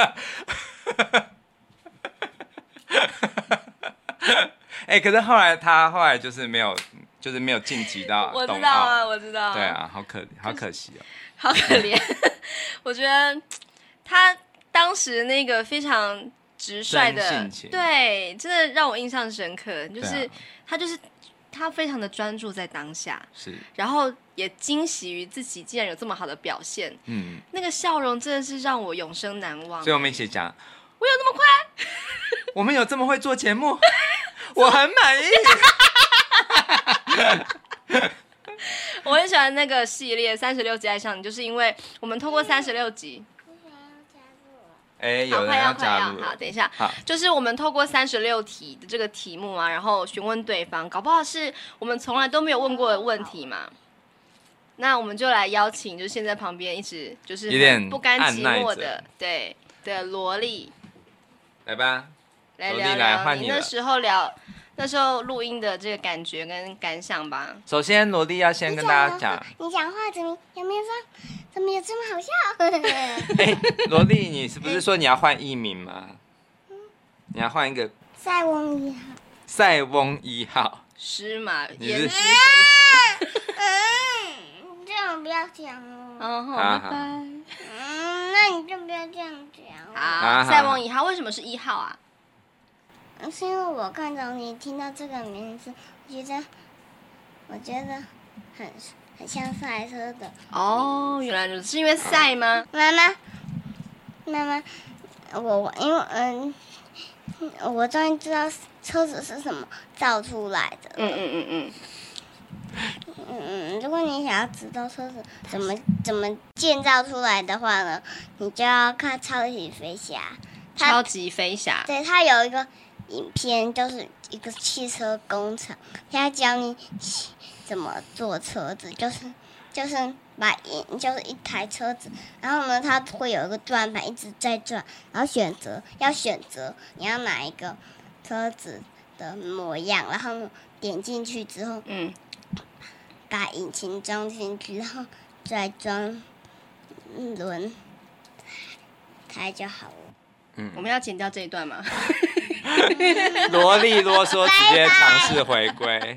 [SPEAKER 1] 哎、可是后来她后来就是没有，就是没有晋级到
[SPEAKER 2] 我
[SPEAKER 1] 冬
[SPEAKER 2] 知道
[SPEAKER 1] 奥
[SPEAKER 2] [laughs] 啊，我知道、
[SPEAKER 1] 对，啊，好可好可惜哦。
[SPEAKER 2] 好可怜。 [laughs] 我觉得他当时那个非常直率
[SPEAKER 1] 真
[SPEAKER 2] 的
[SPEAKER 1] 性，情
[SPEAKER 2] 对，真的让我印象深刻。就是、
[SPEAKER 1] 对啊
[SPEAKER 2] 他就是他非常的专注在当下，
[SPEAKER 1] 是，
[SPEAKER 2] 然后也惊喜于自己竟然有这么好的表现，
[SPEAKER 1] 嗯，
[SPEAKER 2] 那个笑容真的是让我永生难忘
[SPEAKER 1] 所以。我们一起讲，
[SPEAKER 2] 我有那么快？
[SPEAKER 1] 我们有这么会做
[SPEAKER 2] [laughs]
[SPEAKER 1] 节目，我很满意。
[SPEAKER 2] 我很喜欢那个系列《三十六集爱上你》，就是因为我们通过三十六集，
[SPEAKER 3] 想要加入我。
[SPEAKER 1] 哎、
[SPEAKER 2] 好，
[SPEAKER 1] 有
[SPEAKER 2] 快
[SPEAKER 1] 人
[SPEAKER 2] 要快
[SPEAKER 1] 加
[SPEAKER 2] 要
[SPEAKER 1] 入
[SPEAKER 2] 好，
[SPEAKER 1] 了，
[SPEAKER 2] 等一下，
[SPEAKER 1] 好，
[SPEAKER 2] 就是我们透过三十六题的这个题目啊，然后询问对方，搞不好是我们从来都没有问过的问题嘛。那我们就来邀请，就是现在旁边一直就是
[SPEAKER 1] 有点
[SPEAKER 2] 不甘寂寞
[SPEAKER 1] 按耐
[SPEAKER 2] 的
[SPEAKER 1] 着，
[SPEAKER 2] 对的萝莉
[SPEAKER 1] 来吧。
[SPEAKER 2] 来
[SPEAKER 1] 萝莉
[SPEAKER 2] 聊
[SPEAKER 1] 来
[SPEAKER 2] 聊
[SPEAKER 1] 换
[SPEAKER 2] 你
[SPEAKER 1] 你
[SPEAKER 2] 那
[SPEAKER 1] 了
[SPEAKER 2] 时候聊那时候录音的这个感觉跟感想吧。
[SPEAKER 1] 首先，萝莉要先跟大家
[SPEAKER 2] 啊 [laughs]
[SPEAKER 1] 讲，
[SPEAKER 3] 你讲话怎么有没有说怎么有这么好笑？ [laughs]
[SPEAKER 1] 哎，萝莉，你是不是说你要换艺名吗？你要换一个
[SPEAKER 3] 塞翁一好。
[SPEAKER 1] 塞翁一
[SPEAKER 2] [laughs]
[SPEAKER 1] 号，
[SPEAKER 2] 诗嘛，
[SPEAKER 1] 你
[SPEAKER 2] 严
[SPEAKER 1] 是
[SPEAKER 2] 师非福。
[SPEAKER 3] 嗯，这样不要讲哦。
[SPEAKER 2] 嗯，好，
[SPEAKER 1] 啊
[SPEAKER 2] 拜拜。
[SPEAKER 3] 嗯，那你就不要这样讲哦。
[SPEAKER 2] 好，
[SPEAKER 1] 啊好
[SPEAKER 2] 塞翁一号为什么是一号啊？
[SPEAKER 3] 是因为我看到你听到这个名字，我觉得，我觉得很很像赛车的。
[SPEAKER 2] 哦，原来如此，是因为赛吗？
[SPEAKER 3] 妈妈，妈妈，我我因为嗯，我终于知道车子是什么造出来的。
[SPEAKER 2] 嗯嗯嗯嗯。
[SPEAKER 3] 嗯，如果你想要知道车子怎么怎么建造出来的话呢，你就要看《超级飞侠》它。
[SPEAKER 2] 超级飞侠，
[SPEAKER 3] 对，它有一个影片，就是一个汽车工厂，它教你骑怎么做车子，就是就是把一就是一台车子，然后呢，它会有一个转盘一直在转，然后选择要选择你要哪一个车子的模样，然后呢点进去之后，
[SPEAKER 2] 嗯，
[SPEAKER 3] 把引擎装进去，然后再装轮胎就好了。
[SPEAKER 2] 我们要剪掉这一段吗？
[SPEAKER 1] 萝莉啰嗦直接尝试回归，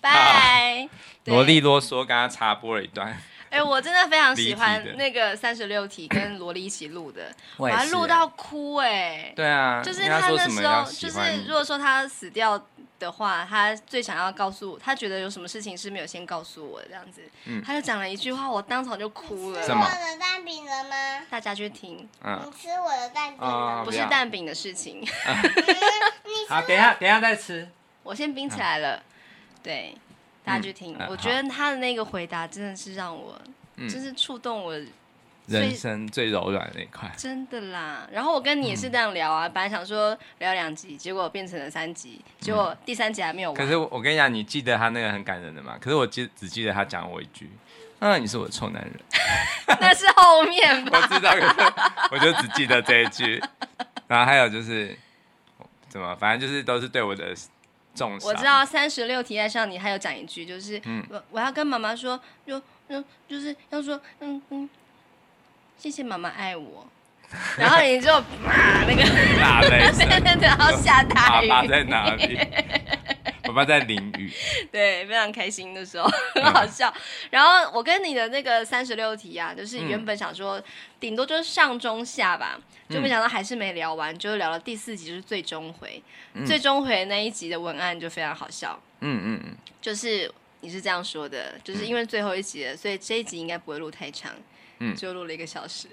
[SPEAKER 2] 拜。 [laughs] 对
[SPEAKER 1] 萝莉，啰嗦刚刚插播了一段，
[SPEAKER 2] 哎，我真的非常喜
[SPEAKER 1] 离题
[SPEAKER 2] 欢
[SPEAKER 1] 的
[SPEAKER 2] 那个三十六题跟萝莉一起录的，
[SPEAKER 1] [coughs] 我
[SPEAKER 2] 还录到哭哎。
[SPEAKER 1] 对啊，
[SPEAKER 2] 就是
[SPEAKER 1] 你要
[SPEAKER 2] 他
[SPEAKER 1] 说
[SPEAKER 2] 那
[SPEAKER 1] 什么
[SPEAKER 2] 时候
[SPEAKER 1] 要，喜
[SPEAKER 2] 就是
[SPEAKER 1] 欢
[SPEAKER 2] 如果说他死掉的话，他最想要告诉他觉得有什么事情是没有先告诉我的这样子，
[SPEAKER 1] 嗯
[SPEAKER 2] 他就讲了一句话，我当场就哭了。
[SPEAKER 1] 什么
[SPEAKER 3] 吃我的蛋饼了吗？
[SPEAKER 2] 大家去听，
[SPEAKER 1] 嗯
[SPEAKER 3] 你，吃我的蛋饼了
[SPEAKER 1] 啊
[SPEAKER 3] 吗？
[SPEAKER 2] 不是
[SPEAKER 1] 要
[SPEAKER 2] 蛋饼的事情，
[SPEAKER 1] 好，等一下，等一下再吃。
[SPEAKER 2] 我先冰起来了。对，大家去听，
[SPEAKER 1] 啊嗯
[SPEAKER 2] 我觉得他的那个回答真的是让我，
[SPEAKER 1] 嗯
[SPEAKER 2] 真是触动我最
[SPEAKER 1] 人生最柔软的那一块，
[SPEAKER 2] 真的啦，然后我跟你也是
[SPEAKER 1] 嗯
[SPEAKER 2] 这样聊啊，本来想说聊两集，结果变成了三集，结果第三集还没有
[SPEAKER 1] 嗯可
[SPEAKER 2] 完。
[SPEAKER 1] 是我我跟你讲，你记得他那个很感人的嘛？可是我记只记得他讲我一句：“啊，你是我的臭
[SPEAKER 2] [laughs]
[SPEAKER 1] 男人。
[SPEAKER 2] 那是后面”
[SPEAKER 1] 我 [laughs]
[SPEAKER 2] 吧？
[SPEAKER 1] 知道，可是我就只记得这一句。 [laughs] 然后还有就是怎么，反正就是都是对我的重伤。
[SPEAKER 2] 我知道三十六题爱上你，还有讲一句，就是、
[SPEAKER 1] 嗯
[SPEAKER 2] 我我要跟妈妈说，就嗯，就是要说嗯嗯，谢谢妈妈爱我。 [laughs] 然后你就啪那个， [laughs]
[SPEAKER 1] 大雷声，
[SPEAKER 2] 然后下大
[SPEAKER 1] 爸
[SPEAKER 2] 雨，
[SPEAKER 1] [laughs] 爸在哪里？爸爸在淋雨。
[SPEAKER 2] 对，非常开心的时候，很好笑。然后我跟你的那个三十六题啊，就是原本想说顶多就是上中下吧，就没想到还是没聊完，就聊了第四集，就是最终回。最终回那一集的文案就非常好笑，
[SPEAKER 1] 嗯嗯 [laughs] 嗯，
[SPEAKER 2] 就是你是这样说的，就是因为最后一集了，所以这一集应该不会录太长。
[SPEAKER 1] 嗯
[SPEAKER 2] 就录了一个小时，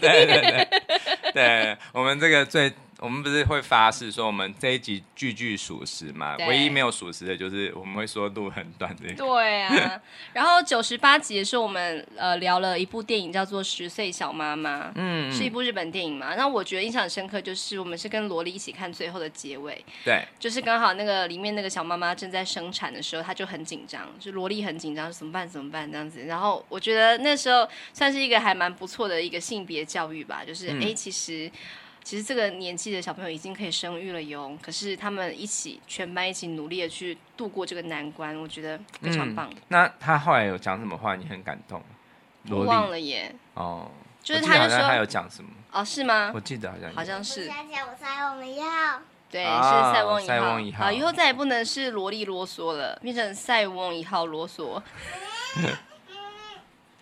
[SPEAKER 1] 对对对对，我们这个最，我们不是会发誓说我们这一集句句属实嘛？
[SPEAKER 2] 对
[SPEAKER 1] 唯一没有属实的就是我们会说路很短这个。
[SPEAKER 2] 对啊。然后九十八集是我们呃聊了一部电影，叫做《十岁小妈妈》。
[SPEAKER 1] 嗯，
[SPEAKER 2] 是一部日本电影嘛。那我觉得印象很深刻，就是我们是跟萝莉一起看最后的结尾，
[SPEAKER 1] 对，
[SPEAKER 2] 就是刚好那个里面那个小妈妈正在生产的时候，她就很紧张，就萝莉很紧张，怎么办怎么办这样子。然后我觉得那时候算是一个还蛮不错的一个性别教育吧，就是哎、
[SPEAKER 1] 嗯
[SPEAKER 2] 诶其实。其实这个年纪的小朋友已经可以生育了哟，可是他们一起全班一起努力的去度过这个难关，我觉得非常棒。
[SPEAKER 1] 嗯那他后来有讲什么话？你很感动？
[SPEAKER 2] 我
[SPEAKER 1] 萝
[SPEAKER 2] 忘
[SPEAKER 1] 莉
[SPEAKER 2] 了耶，
[SPEAKER 1] 哦，
[SPEAKER 2] 就是
[SPEAKER 1] 我记
[SPEAKER 2] 他
[SPEAKER 1] 得好
[SPEAKER 2] 就
[SPEAKER 1] 像
[SPEAKER 2] 说
[SPEAKER 1] 他有讲什么？
[SPEAKER 2] 哦是吗？
[SPEAKER 1] 我记得好像有
[SPEAKER 2] 好像
[SPEAKER 3] 嗯我
[SPEAKER 2] 是。
[SPEAKER 3] 想想，我猜我们要。
[SPEAKER 2] 对，
[SPEAKER 1] 啊
[SPEAKER 2] 是塞翁一号。
[SPEAKER 1] 塞翁一号
[SPEAKER 2] 好，以后再也不能是
[SPEAKER 3] 嗯
[SPEAKER 2] 萝莉啰嗦了，变成塞翁一号啰嗦。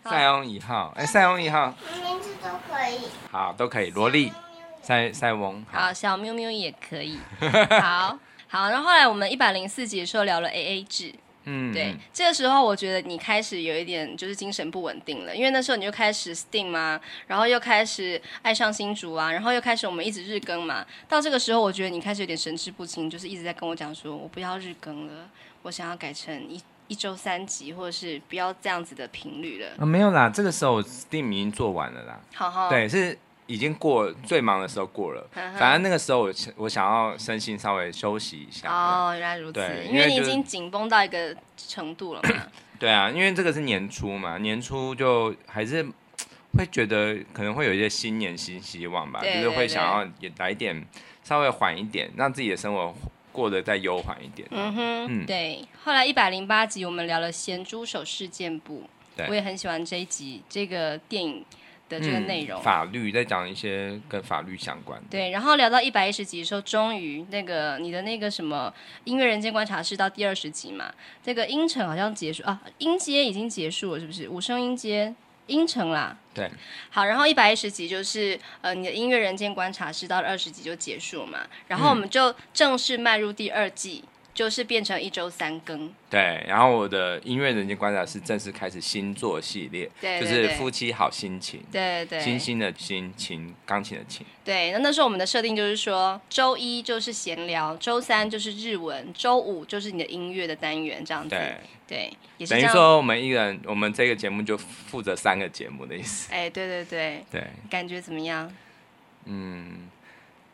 [SPEAKER 1] 塞翁一号，哎，塞翁一号，
[SPEAKER 3] 名字都可以。嗯
[SPEAKER 1] 好，都可以。萝莉，塞塞翁，
[SPEAKER 2] 好，小喵喵也可以。 [laughs] 好好，然后后来我们一百零四集的时候聊了 AA 制，
[SPEAKER 1] 嗯，
[SPEAKER 2] 对，这个时候我觉得你开始有一点就是精神不稳定了，因为那时候你就开始 Steam 嘛，然后又开始爱上新竹啊，然后又开始我们一直日更嘛。到这个时候，我觉得你开始有点神志不清，就是一直在跟我讲说，我不要日更了，我想要改成一一周三集，或者是不要这样子的频率了。
[SPEAKER 1] 啊，没有啦，这个时候 Steam 已经做完了啦。
[SPEAKER 2] 好好，
[SPEAKER 1] 对，是已经过最忙的时候过了，
[SPEAKER 2] 哦嗯哼
[SPEAKER 1] 反正那个时候我想我想要身心稍微休息一下。
[SPEAKER 2] 哦，原来如此
[SPEAKER 1] 对，
[SPEAKER 2] 因
[SPEAKER 1] 因为
[SPEAKER 2] 为你已
[SPEAKER 1] 就是
[SPEAKER 2] 经紧绷到一个程度了嘛。
[SPEAKER 1] 对啊，因为这个是年初嘛，年初就还是会觉得可能会有一些新年新希望吧，
[SPEAKER 2] 对
[SPEAKER 1] 就是会
[SPEAKER 2] 对
[SPEAKER 1] 想要也来一点稍微缓一点，让自己的生活过得再悠缓一点。
[SPEAKER 2] 嗯哼，
[SPEAKER 1] 嗯
[SPEAKER 2] 对。后来一百零八集我们聊了《咸猪手事件簿》，
[SPEAKER 1] 对
[SPEAKER 2] 我也很喜欢这一集这个电影的这个内容。
[SPEAKER 1] 嗯法律在讲一些跟法律相关的。
[SPEAKER 2] 对，然后聊到一百一十集的时候，终于那个你的那个什么音乐人间观察室到第二十集嘛，这个音程好像结束啊，音阶已经结束了，是不是？五声音阶音程啦，
[SPEAKER 1] 对，
[SPEAKER 2] 好，然后一百一十集就是呃你的音乐人间观察室到了二十集就结束嘛，然后我
[SPEAKER 1] 嗯
[SPEAKER 2] 们就正式迈入第二季，就是变成一周三更，
[SPEAKER 1] 对，然后我的音乐人间观察是正式开始星座系列，
[SPEAKER 2] 对
[SPEAKER 1] 就
[SPEAKER 2] 对
[SPEAKER 1] 是
[SPEAKER 2] 对
[SPEAKER 1] 夫妻好心情，
[SPEAKER 2] 对对
[SPEAKER 1] 星
[SPEAKER 2] 对，
[SPEAKER 1] 星的星，琴钢琴的琴。
[SPEAKER 2] 对，那那时候我们的设定就是说，周一就是闲聊，周三就是日文，周五就是你的音乐的单元这样子，
[SPEAKER 1] 对，
[SPEAKER 2] 对，嗯也是
[SPEAKER 1] 等
[SPEAKER 2] 这
[SPEAKER 1] 于
[SPEAKER 2] 样。
[SPEAKER 1] 说我们一人，我们这个节目就负责三个节目的意思。
[SPEAKER 2] 哎，对对对，
[SPEAKER 1] 对，
[SPEAKER 2] 感觉怎么样？
[SPEAKER 1] 嗯，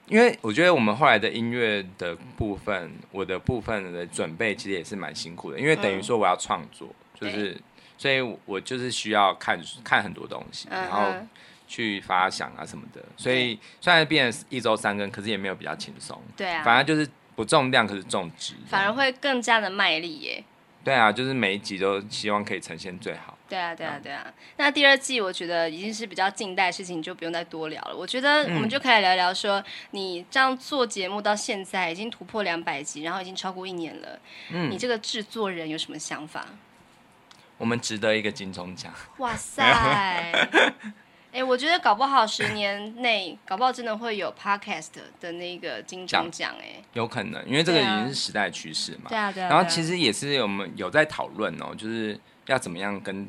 [SPEAKER 1] 因为我觉得我们后来的音乐的部分，我的部分的准备其实也是蛮辛苦的，因为等于说我要创作，
[SPEAKER 2] 嗯对
[SPEAKER 1] 就是所以我就是需要看看很多东西，
[SPEAKER 2] 嗯
[SPEAKER 1] 然后
[SPEAKER 2] 哼，
[SPEAKER 1] 去发想啊什么的。所以虽然变成一周三更，可是也没有比较轻松，
[SPEAKER 2] 对啊，
[SPEAKER 1] 反而就是不重量，可是重质。
[SPEAKER 2] 反而会更加的卖力耶。
[SPEAKER 1] 对啊，就是每一集都希望可以呈现最好。
[SPEAKER 2] 对啊，对啊，对啊。那第二季我觉得已经是比较近代的事情，就不用再多聊了。我觉得
[SPEAKER 1] 嗯
[SPEAKER 2] 我们就可以来聊聊说，你这样做节目到现在已经突破两百集，然后已经超过一年了。
[SPEAKER 1] 嗯
[SPEAKER 2] 你这个制作人有什么想法？
[SPEAKER 1] 我们值得一个金钟奖。
[SPEAKER 2] 哇塞！ [laughs] 哎、我觉得搞不好十年内，搞不好真的会有 podcast 的那个金钟奖哎。
[SPEAKER 1] 有可能，因为这个已
[SPEAKER 2] 对啊
[SPEAKER 1] 经是时代趋势嘛。
[SPEAKER 2] 对啊，对啊。
[SPEAKER 1] 然后其实也是我们有在讨论哦，就是要怎么样跟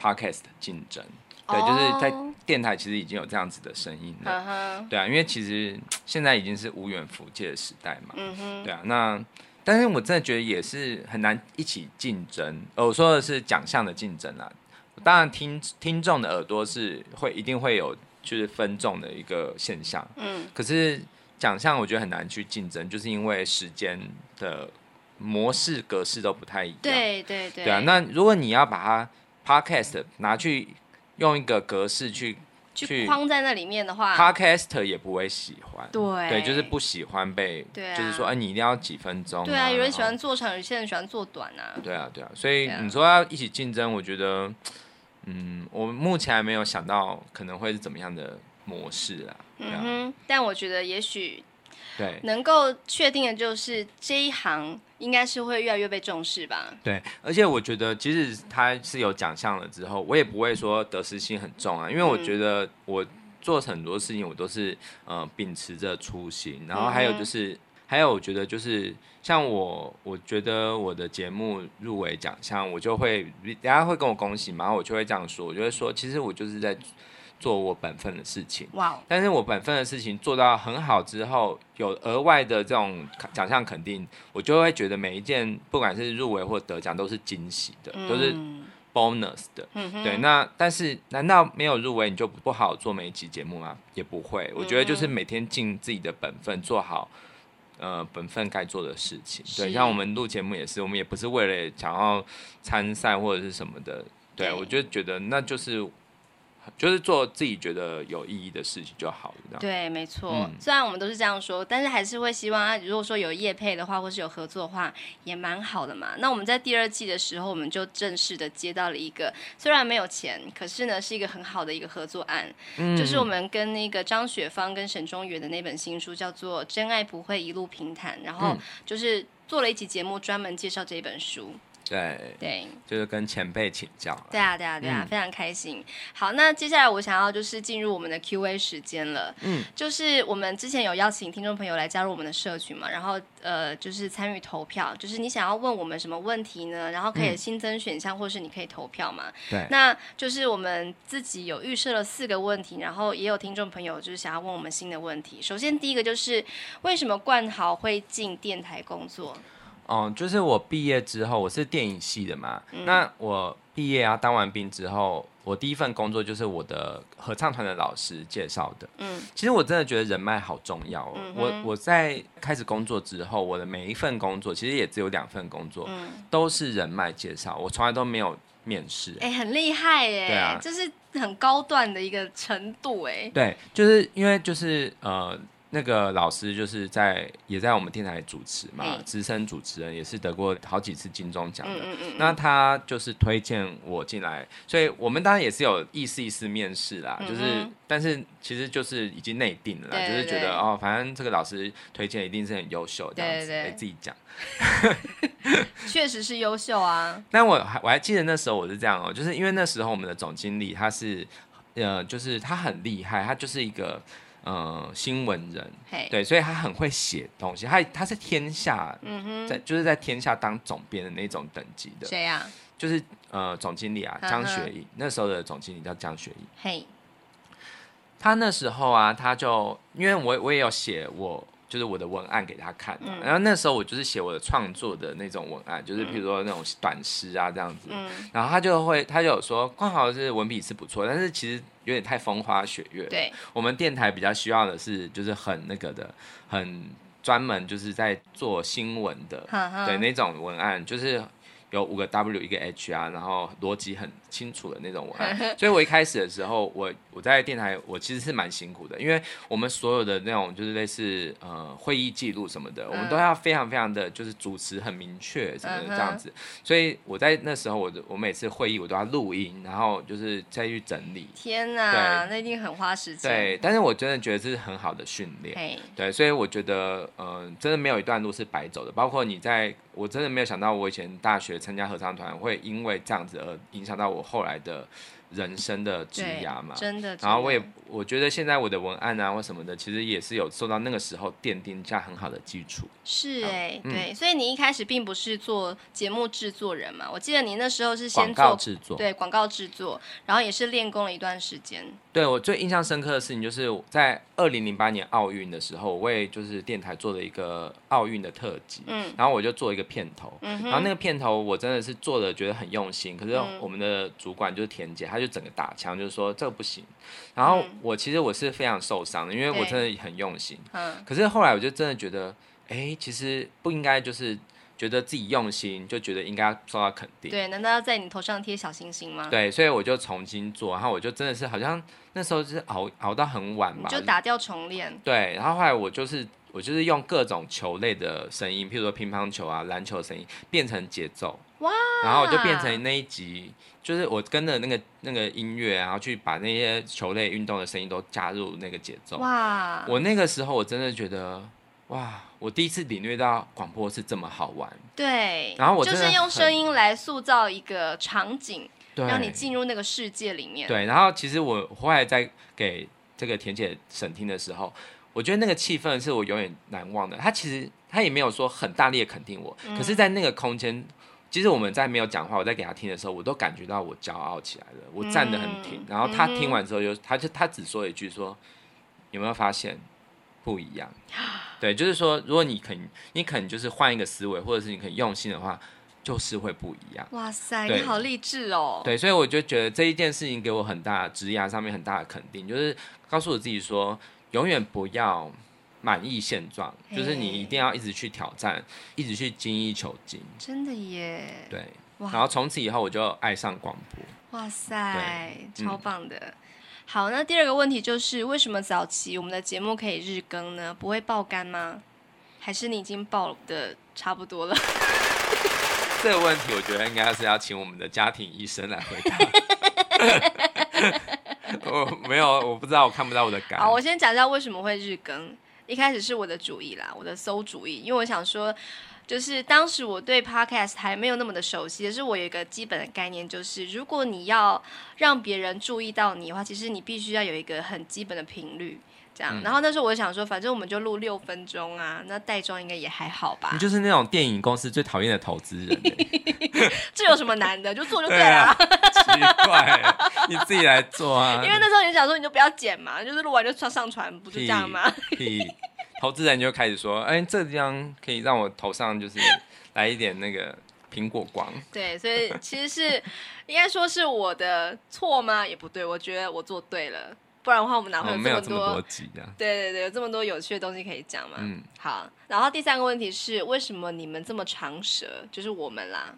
[SPEAKER 1] podcast 竞争。对，就是在
[SPEAKER 2] 哦
[SPEAKER 1] 电台其实已经有这样子的声音了。
[SPEAKER 2] 嗯哼，
[SPEAKER 1] 对啊，因为其实现在已经是无远弗届的时代嘛。
[SPEAKER 2] 嗯哼，
[SPEAKER 1] 对啊，那但是我真的觉得也是很难一起竞争。呃，我说的是奖项的竞争啊。当然听听众的耳朵是会一定会有就是分众的一个现象。
[SPEAKER 2] 嗯，
[SPEAKER 1] 可是奖项我觉得很难去竞争，就是因为时间的模式格式都不太一样。
[SPEAKER 2] 对对对。
[SPEAKER 1] 对啊，那如果你要把它 podcast 拿去用一个格式去
[SPEAKER 2] 去
[SPEAKER 1] 去
[SPEAKER 2] 框在那里面的话，
[SPEAKER 1] ，podcast 也不会喜欢。
[SPEAKER 2] 对
[SPEAKER 1] 就是不喜欢被，
[SPEAKER 2] 对啊
[SPEAKER 1] 就是说，哎、你一定要几分钟、
[SPEAKER 2] 对啊，有人喜欢
[SPEAKER 1] 然
[SPEAKER 2] 做长，有些人喜欢做短啊
[SPEAKER 1] 后。。对啊，对啊，所以
[SPEAKER 2] 对啊
[SPEAKER 1] 你说要一起竞争，我觉得，嗯，我目前还没有想到可能会是怎么样的模式啊。对啊，
[SPEAKER 2] 嗯哼，但我觉得也许
[SPEAKER 1] 对，
[SPEAKER 2] 能够确定的就是这一行应该是会越来越被重视吧。
[SPEAKER 1] 对，而且我觉得，即使他是有奖项了之后，我也不会说得失心很重啊，因为我
[SPEAKER 2] 嗯
[SPEAKER 1] 觉得我做很多事情，我都是呃秉持着初心，然后还有
[SPEAKER 2] 嗯哼
[SPEAKER 1] 就是，还有我觉得就是像我，我觉得我的节目入围奖项，我就会大家会跟我恭喜嘛，然后我就会这样说，我就会说，其实我就是在做我本分的事情。
[SPEAKER 2] 哇哦，
[SPEAKER 1] 但是我本分的事情做到很好之后，有额外的这种奖项肯定，我就会觉得每一件不管是入围或得奖都是惊喜的，都是
[SPEAKER 2] 嗯
[SPEAKER 1] bonus 的。
[SPEAKER 2] 嗯哼
[SPEAKER 1] 对，那但是难道没有入围你就不好好做每一期节目吗？也不会，我觉得就是
[SPEAKER 2] 嗯
[SPEAKER 1] 每天尽自己的本分，做好呃本分该做的事情。对，
[SPEAKER 2] 是
[SPEAKER 1] 像我们录节目也是，我们也不是为了想要参赛或者是什么的。对，
[SPEAKER 2] 对
[SPEAKER 1] 我就觉得那就是就是做自己觉得有意义的事情就好了。这样
[SPEAKER 2] 对，没错。
[SPEAKER 1] 嗯
[SPEAKER 2] 虽然我们都是这样说，但是还是会希望啊，如果说有业配的话，或是有合作的话，也蛮好的嘛。那我们在第二季的时候，我们就正式的接到了一个，虽然没有钱，可是呢是一个很好的一个合作案，
[SPEAKER 1] 嗯
[SPEAKER 2] 就是我们跟那个张雪芳跟沈中原的那本新书叫做《真爱不会一路平坦》，然后
[SPEAKER 1] 嗯
[SPEAKER 2] 就是做了一期节目专门介绍这一本书。
[SPEAKER 1] 对，
[SPEAKER 2] 对。
[SPEAKER 1] 就是跟前辈请教了。
[SPEAKER 2] 对啊，对啊，对啊，
[SPEAKER 1] 嗯
[SPEAKER 2] 非常开心。好，那接下来我想要就是进入我们的 Q&A 时间了。
[SPEAKER 1] 嗯，
[SPEAKER 2] 就是我们之前有邀请听众朋友来加入我们的社群嘛，然后呃，就是参与投票，就是你想要问我们什么问题呢？然后可以
[SPEAKER 1] 嗯
[SPEAKER 2] 新增选项，或是你可以投票嘛。
[SPEAKER 1] 对，
[SPEAKER 2] 那就是我们自己有预设了四个问题，然后也有听众朋友就是想要问我们新的问题。首先第一个就是为什么冠豪会进电台工作？
[SPEAKER 1] 嗯，就是我毕业之后，我是电影系的嘛。
[SPEAKER 2] 嗯
[SPEAKER 1] 那我毕业啊，当完兵之后，我第一份工作就是我的合唱团的老师介绍的。
[SPEAKER 2] 嗯
[SPEAKER 1] 其实我真的觉得人脉好重要哦。
[SPEAKER 2] 嗯哼
[SPEAKER 1] 我我在开始工作之后，我的每一份工作其实也只有两份工作，
[SPEAKER 2] 嗯，
[SPEAKER 1] 都是人脉介绍，我从来都没有面试。
[SPEAKER 2] 哎、很厉害耶、
[SPEAKER 1] 对啊
[SPEAKER 2] 这是很高段的一个程度哎、
[SPEAKER 1] 对，就是因为就是呃，那个老师就是在也在我们电台主持嘛
[SPEAKER 2] 嗯，
[SPEAKER 1] 资深主持人也是得过好几次金钟奖
[SPEAKER 2] 嗯
[SPEAKER 1] 的。
[SPEAKER 2] 嗯嗯，
[SPEAKER 1] 那他就是推荐我进来，所以我们当然也是有意思意思面试啦，
[SPEAKER 2] 嗯哼
[SPEAKER 1] 就是但是其实就是已经内定了啦，
[SPEAKER 2] 对
[SPEAKER 1] 就是觉
[SPEAKER 2] 对
[SPEAKER 1] 得哦，反正这个老师推荐一定是很优秀这样
[SPEAKER 2] 对
[SPEAKER 1] 子，
[SPEAKER 2] 对
[SPEAKER 1] 哎
[SPEAKER 2] 对
[SPEAKER 1] 自己讲。
[SPEAKER 2] 确实是优秀啊。
[SPEAKER 1] 但我还我还记得那时候我是这样哦、就是因为那时候我们的总经理他是呃，就是他很厉害，他就是一个呃新闻人，
[SPEAKER 2] 嘿，，
[SPEAKER 1] 对，所以他很会写东西，他他是天下
[SPEAKER 2] 嗯哼，
[SPEAKER 1] 在就是在天下当总编的那种等级的，
[SPEAKER 2] 谁呀、啊？
[SPEAKER 1] 就是呃总经理啊
[SPEAKER 2] 嗯哼
[SPEAKER 1] 江学义，那时候的总经理叫江学义，
[SPEAKER 2] 嘿，
[SPEAKER 1] 他那时候啊，他就因为我我也有写我。就是我的文案给他看、嘛，
[SPEAKER 2] 嗯
[SPEAKER 1] 然后那时候我就是写我的创作的那种文案，就是譬如说那种短诗啊这样子，
[SPEAKER 2] 嗯，
[SPEAKER 1] 然后他就会，他就有说，冠豪是文笔是不错，但是其实有点太风花雪月。，
[SPEAKER 2] 对，
[SPEAKER 1] 我们电台比较需要的是，就是很那个的，很专门就是在做新闻的，
[SPEAKER 2] 哈哈，
[SPEAKER 1] 对那种文案，就是有五个 W 一个 H 啊，然后逻辑很清楚的那种文
[SPEAKER 2] [laughs]
[SPEAKER 1] 案。所以我一开始的时候，我我在电台，我其实是蛮辛苦的，因为我们所有的那种就是类似呃会议记录什么的，我们都要非常非常的就是主持很明确什
[SPEAKER 2] 嗯
[SPEAKER 1] 么的
[SPEAKER 2] 哼
[SPEAKER 1] 这样子。所以我在那时候，我的我每次会议我都要录音，然后就是再去整理。
[SPEAKER 2] 天哪，那一定很花时间。
[SPEAKER 1] 对，但是我真的觉得这是很好的训练。
[SPEAKER 2] 嘿，
[SPEAKER 1] 对，所以我觉得，嗯、真的没有一段路是白走的。包括你在，我真的没有想到，我以前大学参加合唱团会因为这样子而影响到我后来的人生的枝
[SPEAKER 2] 对
[SPEAKER 1] 涯嘛。
[SPEAKER 2] 真的。
[SPEAKER 1] 然后
[SPEAKER 2] 真
[SPEAKER 1] 我也
[SPEAKER 2] 的
[SPEAKER 1] 我觉得现在我的文案啊或什么的，其实也是有受到那个时候奠定下很好的基础。
[SPEAKER 2] 是
[SPEAKER 1] 啊
[SPEAKER 2] 哎、
[SPEAKER 1] 嗯
[SPEAKER 2] 对，所以你一开始并不是做节目制作人嘛？我记得你那时候是
[SPEAKER 1] 广
[SPEAKER 2] 先
[SPEAKER 1] 告
[SPEAKER 2] 做
[SPEAKER 1] 制作，
[SPEAKER 2] 对广告制作，然后也是练功了一段时间。
[SPEAKER 1] 对我最印象深刻的事情，就是在二零零八年奥运的时候，我为就是电台做了一个奥运的特辑，
[SPEAKER 2] 嗯
[SPEAKER 1] 然后我就做一个片头，
[SPEAKER 2] 嗯哼，
[SPEAKER 1] 然后那个片头我真的是做的觉得很用心，可是
[SPEAKER 2] 嗯
[SPEAKER 1] 我们的主管就是田姐，她就整个打枪，就是说这个不行。然后
[SPEAKER 2] 嗯
[SPEAKER 1] 我其实我是非常受伤的，因为我
[SPEAKER 2] 对
[SPEAKER 1] 真的很用心。
[SPEAKER 2] 嗯
[SPEAKER 1] 可是后来我就真的觉得，哎，其实不应该就是觉得自己用心，就觉得应该受到肯定。
[SPEAKER 2] 对，难道要在你头上贴小星星吗？，
[SPEAKER 1] 对所以我就重新做，然后我就真的是好像那时候就是熬熬到很晚
[SPEAKER 2] 你
[SPEAKER 1] 吧，
[SPEAKER 2] 就打掉重练。
[SPEAKER 1] 对，然后后来我就是我就是用各种球类的声音，譬如说乒乓球啊、篮球的声音，变成节奏。
[SPEAKER 2] 哇！
[SPEAKER 1] 然后我就变成那一集，就是我跟着那个那个音乐，啊然后去把那些球类运动的声音都加入那个节奏。
[SPEAKER 2] 哇，
[SPEAKER 1] 我那个时候我真的觉得，哇！我第一次领略到广播是这么好玩。
[SPEAKER 2] 对，
[SPEAKER 1] 然后我
[SPEAKER 2] 就
[SPEAKER 1] 真
[SPEAKER 2] 是
[SPEAKER 1] 的
[SPEAKER 2] 用
[SPEAKER 1] 很
[SPEAKER 2] 声音来塑造一个场景，
[SPEAKER 1] 对，
[SPEAKER 2] 让你进入那个世界里面。，
[SPEAKER 1] 对，然后其实我后来在给这个田姐审听的时候，我觉得那个气氛是我永远难忘的。她其实她也没有说很大力的肯定我，可
[SPEAKER 2] 嗯
[SPEAKER 1] 是，在那个空间，其实我们在没有讲话，我在给她听的时候，我都感觉到我骄傲起来了，我站得很挺。
[SPEAKER 2] 嗯
[SPEAKER 1] 然后她
[SPEAKER 2] 嗯哼
[SPEAKER 1] 听完之后就，她就她只说一句说：“有没有发现不一样？”对，就是说，如果你肯，你肯就是换一个思维，或者是你肯用心的话，就是会不一样。
[SPEAKER 2] 哇塞，
[SPEAKER 1] 对
[SPEAKER 2] 你好励志哦。，
[SPEAKER 1] 对，所以我就觉得这一件事情给我很大职涯上面很大的肯定，就是告诉我自己说，永远不要满意现状，就是你一定要一直去挑战，一直去精益求精。
[SPEAKER 2] 真的耶。
[SPEAKER 1] 对，
[SPEAKER 2] 哇
[SPEAKER 1] 然后从此以后我就爱上广播。
[SPEAKER 2] 哇塞，
[SPEAKER 1] 对
[SPEAKER 2] 超
[SPEAKER 1] 嗯
[SPEAKER 2] 棒的。好，那第二个问题就是，为什么早期我们的节目可以日更呢？不会爆肝吗？还是你已经爆的差不多了？
[SPEAKER 1] 这个问题我觉得应该是要请我们的家庭医生来回
[SPEAKER 2] [laughs]
[SPEAKER 1] 答。我没有，我不知道，我看不到我的感。
[SPEAKER 2] 好，我先讲一下为什么会日更。一开始是我的主意啦，我的馊主意，因为我想说，就是当时我对 podcast 还没有那么的熟悉，可是我有一个基本的概念，就是如果你要让别人注意到你的话，其实你必须要有一个很基本的频率。这
[SPEAKER 1] 嗯
[SPEAKER 2] 样，然后那时候我就想说，反正我们就录六分钟啊，那带妆应该也还好吧
[SPEAKER 1] 你？就是那种电影公司最讨厌的投资人欸、
[SPEAKER 2] 这有什么难的？就做就 [laughs] 对
[SPEAKER 1] 对
[SPEAKER 2] 了啊。
[SPEAKER 1] 啊，奇怪欸，你自己来做啊。
[SPEAKER 2] [laughs] 因为那时候你想说，你就不要剪嘛，就是录完就上上传，不是这样吗？
[SPEAKER 1] 屁？屁投资人就开始说，哎、这地方可以让我头上就是来一点那个苹果光。
[SPEAKER 2] 对，所以其实是应该说是我的错吗？也不对，我觉得我做对了，不然的话我们哪会
[SPEAKER 1] 哦，
[SPEAKER 2] 有
[SPEAKER 1] 没有
[SPEAKER 2] 么
[SPEAKER 1] 这么
[SPEAKER 2] 多？
[SPEAKER 1] 多集啊。
[SPEAKER 2] 对对对，有这么多有趣的东西可以讲嘛。
[SPEAKER 1] 嗯，
[SPEAKER 2] 好，然后第三个问题是，为什么你们这么长舌？就是我们啦。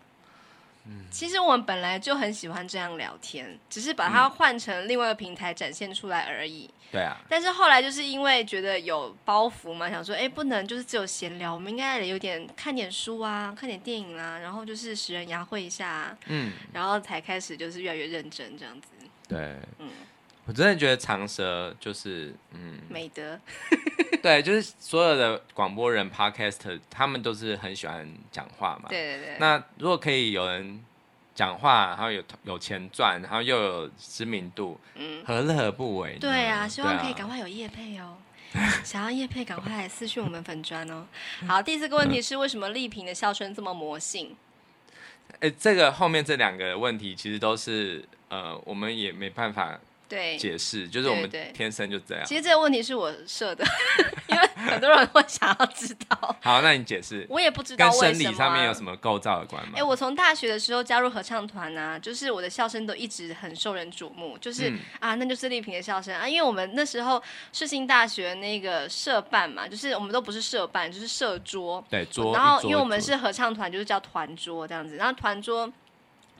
[SPEAKER 1] 嗯
[SPEAKER 2] 其实我们本来就很喜欢这样聊天，只是把
[SPEAKER 1] 嗯
[SPEAKER 2] 它换成另外一个平台展现出来而已。
[SPEAKER 1] 对啊，
[SPEAKER 2] 但是后来就是因为觉得有包袱嘛，想说，哎，不能就是只有闲聊，我们应该有点看点书啊，看点电影啦、然后就是使人牙会一下、啊，
[SPEAKER 1] 嗯，
[SPEAKER 2] 然后才开始就是越来越认真这样子。
[SPEAKER 1] 对，
[SPEAKER 2] 嗯
[SPEAKER 1] 我真的觉得长舌就是，嗯， [laughs]
[SPEAKER 2] 美德，
[SPEAKER 1] 对，就是所有的广播人、podcaster，他们都是很喜欢讲话嘛。。
[SPEAKER 2] 对对对，
[SPEAKER 1] 那如果可以有人讲话，然后有有钱赚，然后又有知名度，
[SPEAKER 2] 嗯，
[SPEAKER 1] 何乐而不为呢？
[SPEAKER 2] 对啊，希望可以
[SPEAKER 1] 对
[SPEAKER 2] 赶
[SPEAKER 1] 啊
[SPEAKER 2] 快有叶配
[SPEAKER 1] [laughs]
[SPEAKER 2] 哦。想要叶配，赶快来私讯我们粉砖哦。好，第四个问题是为什么丽萍的笑声这么魔性？
[SPEAKER 1] 哎、这个后面这两个问题其实都是呃，我们也没办法
[SPEAKER 2] 对，
[SPEAKER 1] 解啊释，就是我们
[SPEAKER 2] 对对
[SPEAKER 1] 天生就这样。
[SPEAKER 2] 其实这个问题是我设的， [laughs] 因为很多人会想要知道，
[SPEAKER 1] 好，那你解释
[SPEAKER 2] 我也不知道
[SPEAKER 1] 跟
[SPEAKER 2] 为
[SPEAKER 1] 生
[SPEAKER 2] 什么啊。
[SPEAKER 1] 理上面有什么构造有关吗？
[SPEAKER 2] 哎、我从大学的时候加入合唱团啊，就是我的笑声都一直很受人瞩目，就是、
[SPEAKER 1] 嗯
[SPEAKER 2] 啊，那就是丽萍的笑声啊，因为我们那时候世新大学那个社办嘛，就是我们都不是社办，就是社桌，
[SPEAKER 1] 对桌，
[SPEAKER 2] 然后
[SPEAKER 1] 一桌
[SPEAKER 2] 因为我们
[SPEAKER 1] 一
[SPEAKER 2] 是
[SPEAKER 1] 桌
[SPEAKER 2] 合唱团，就是叫团桌这样子，然后团桌。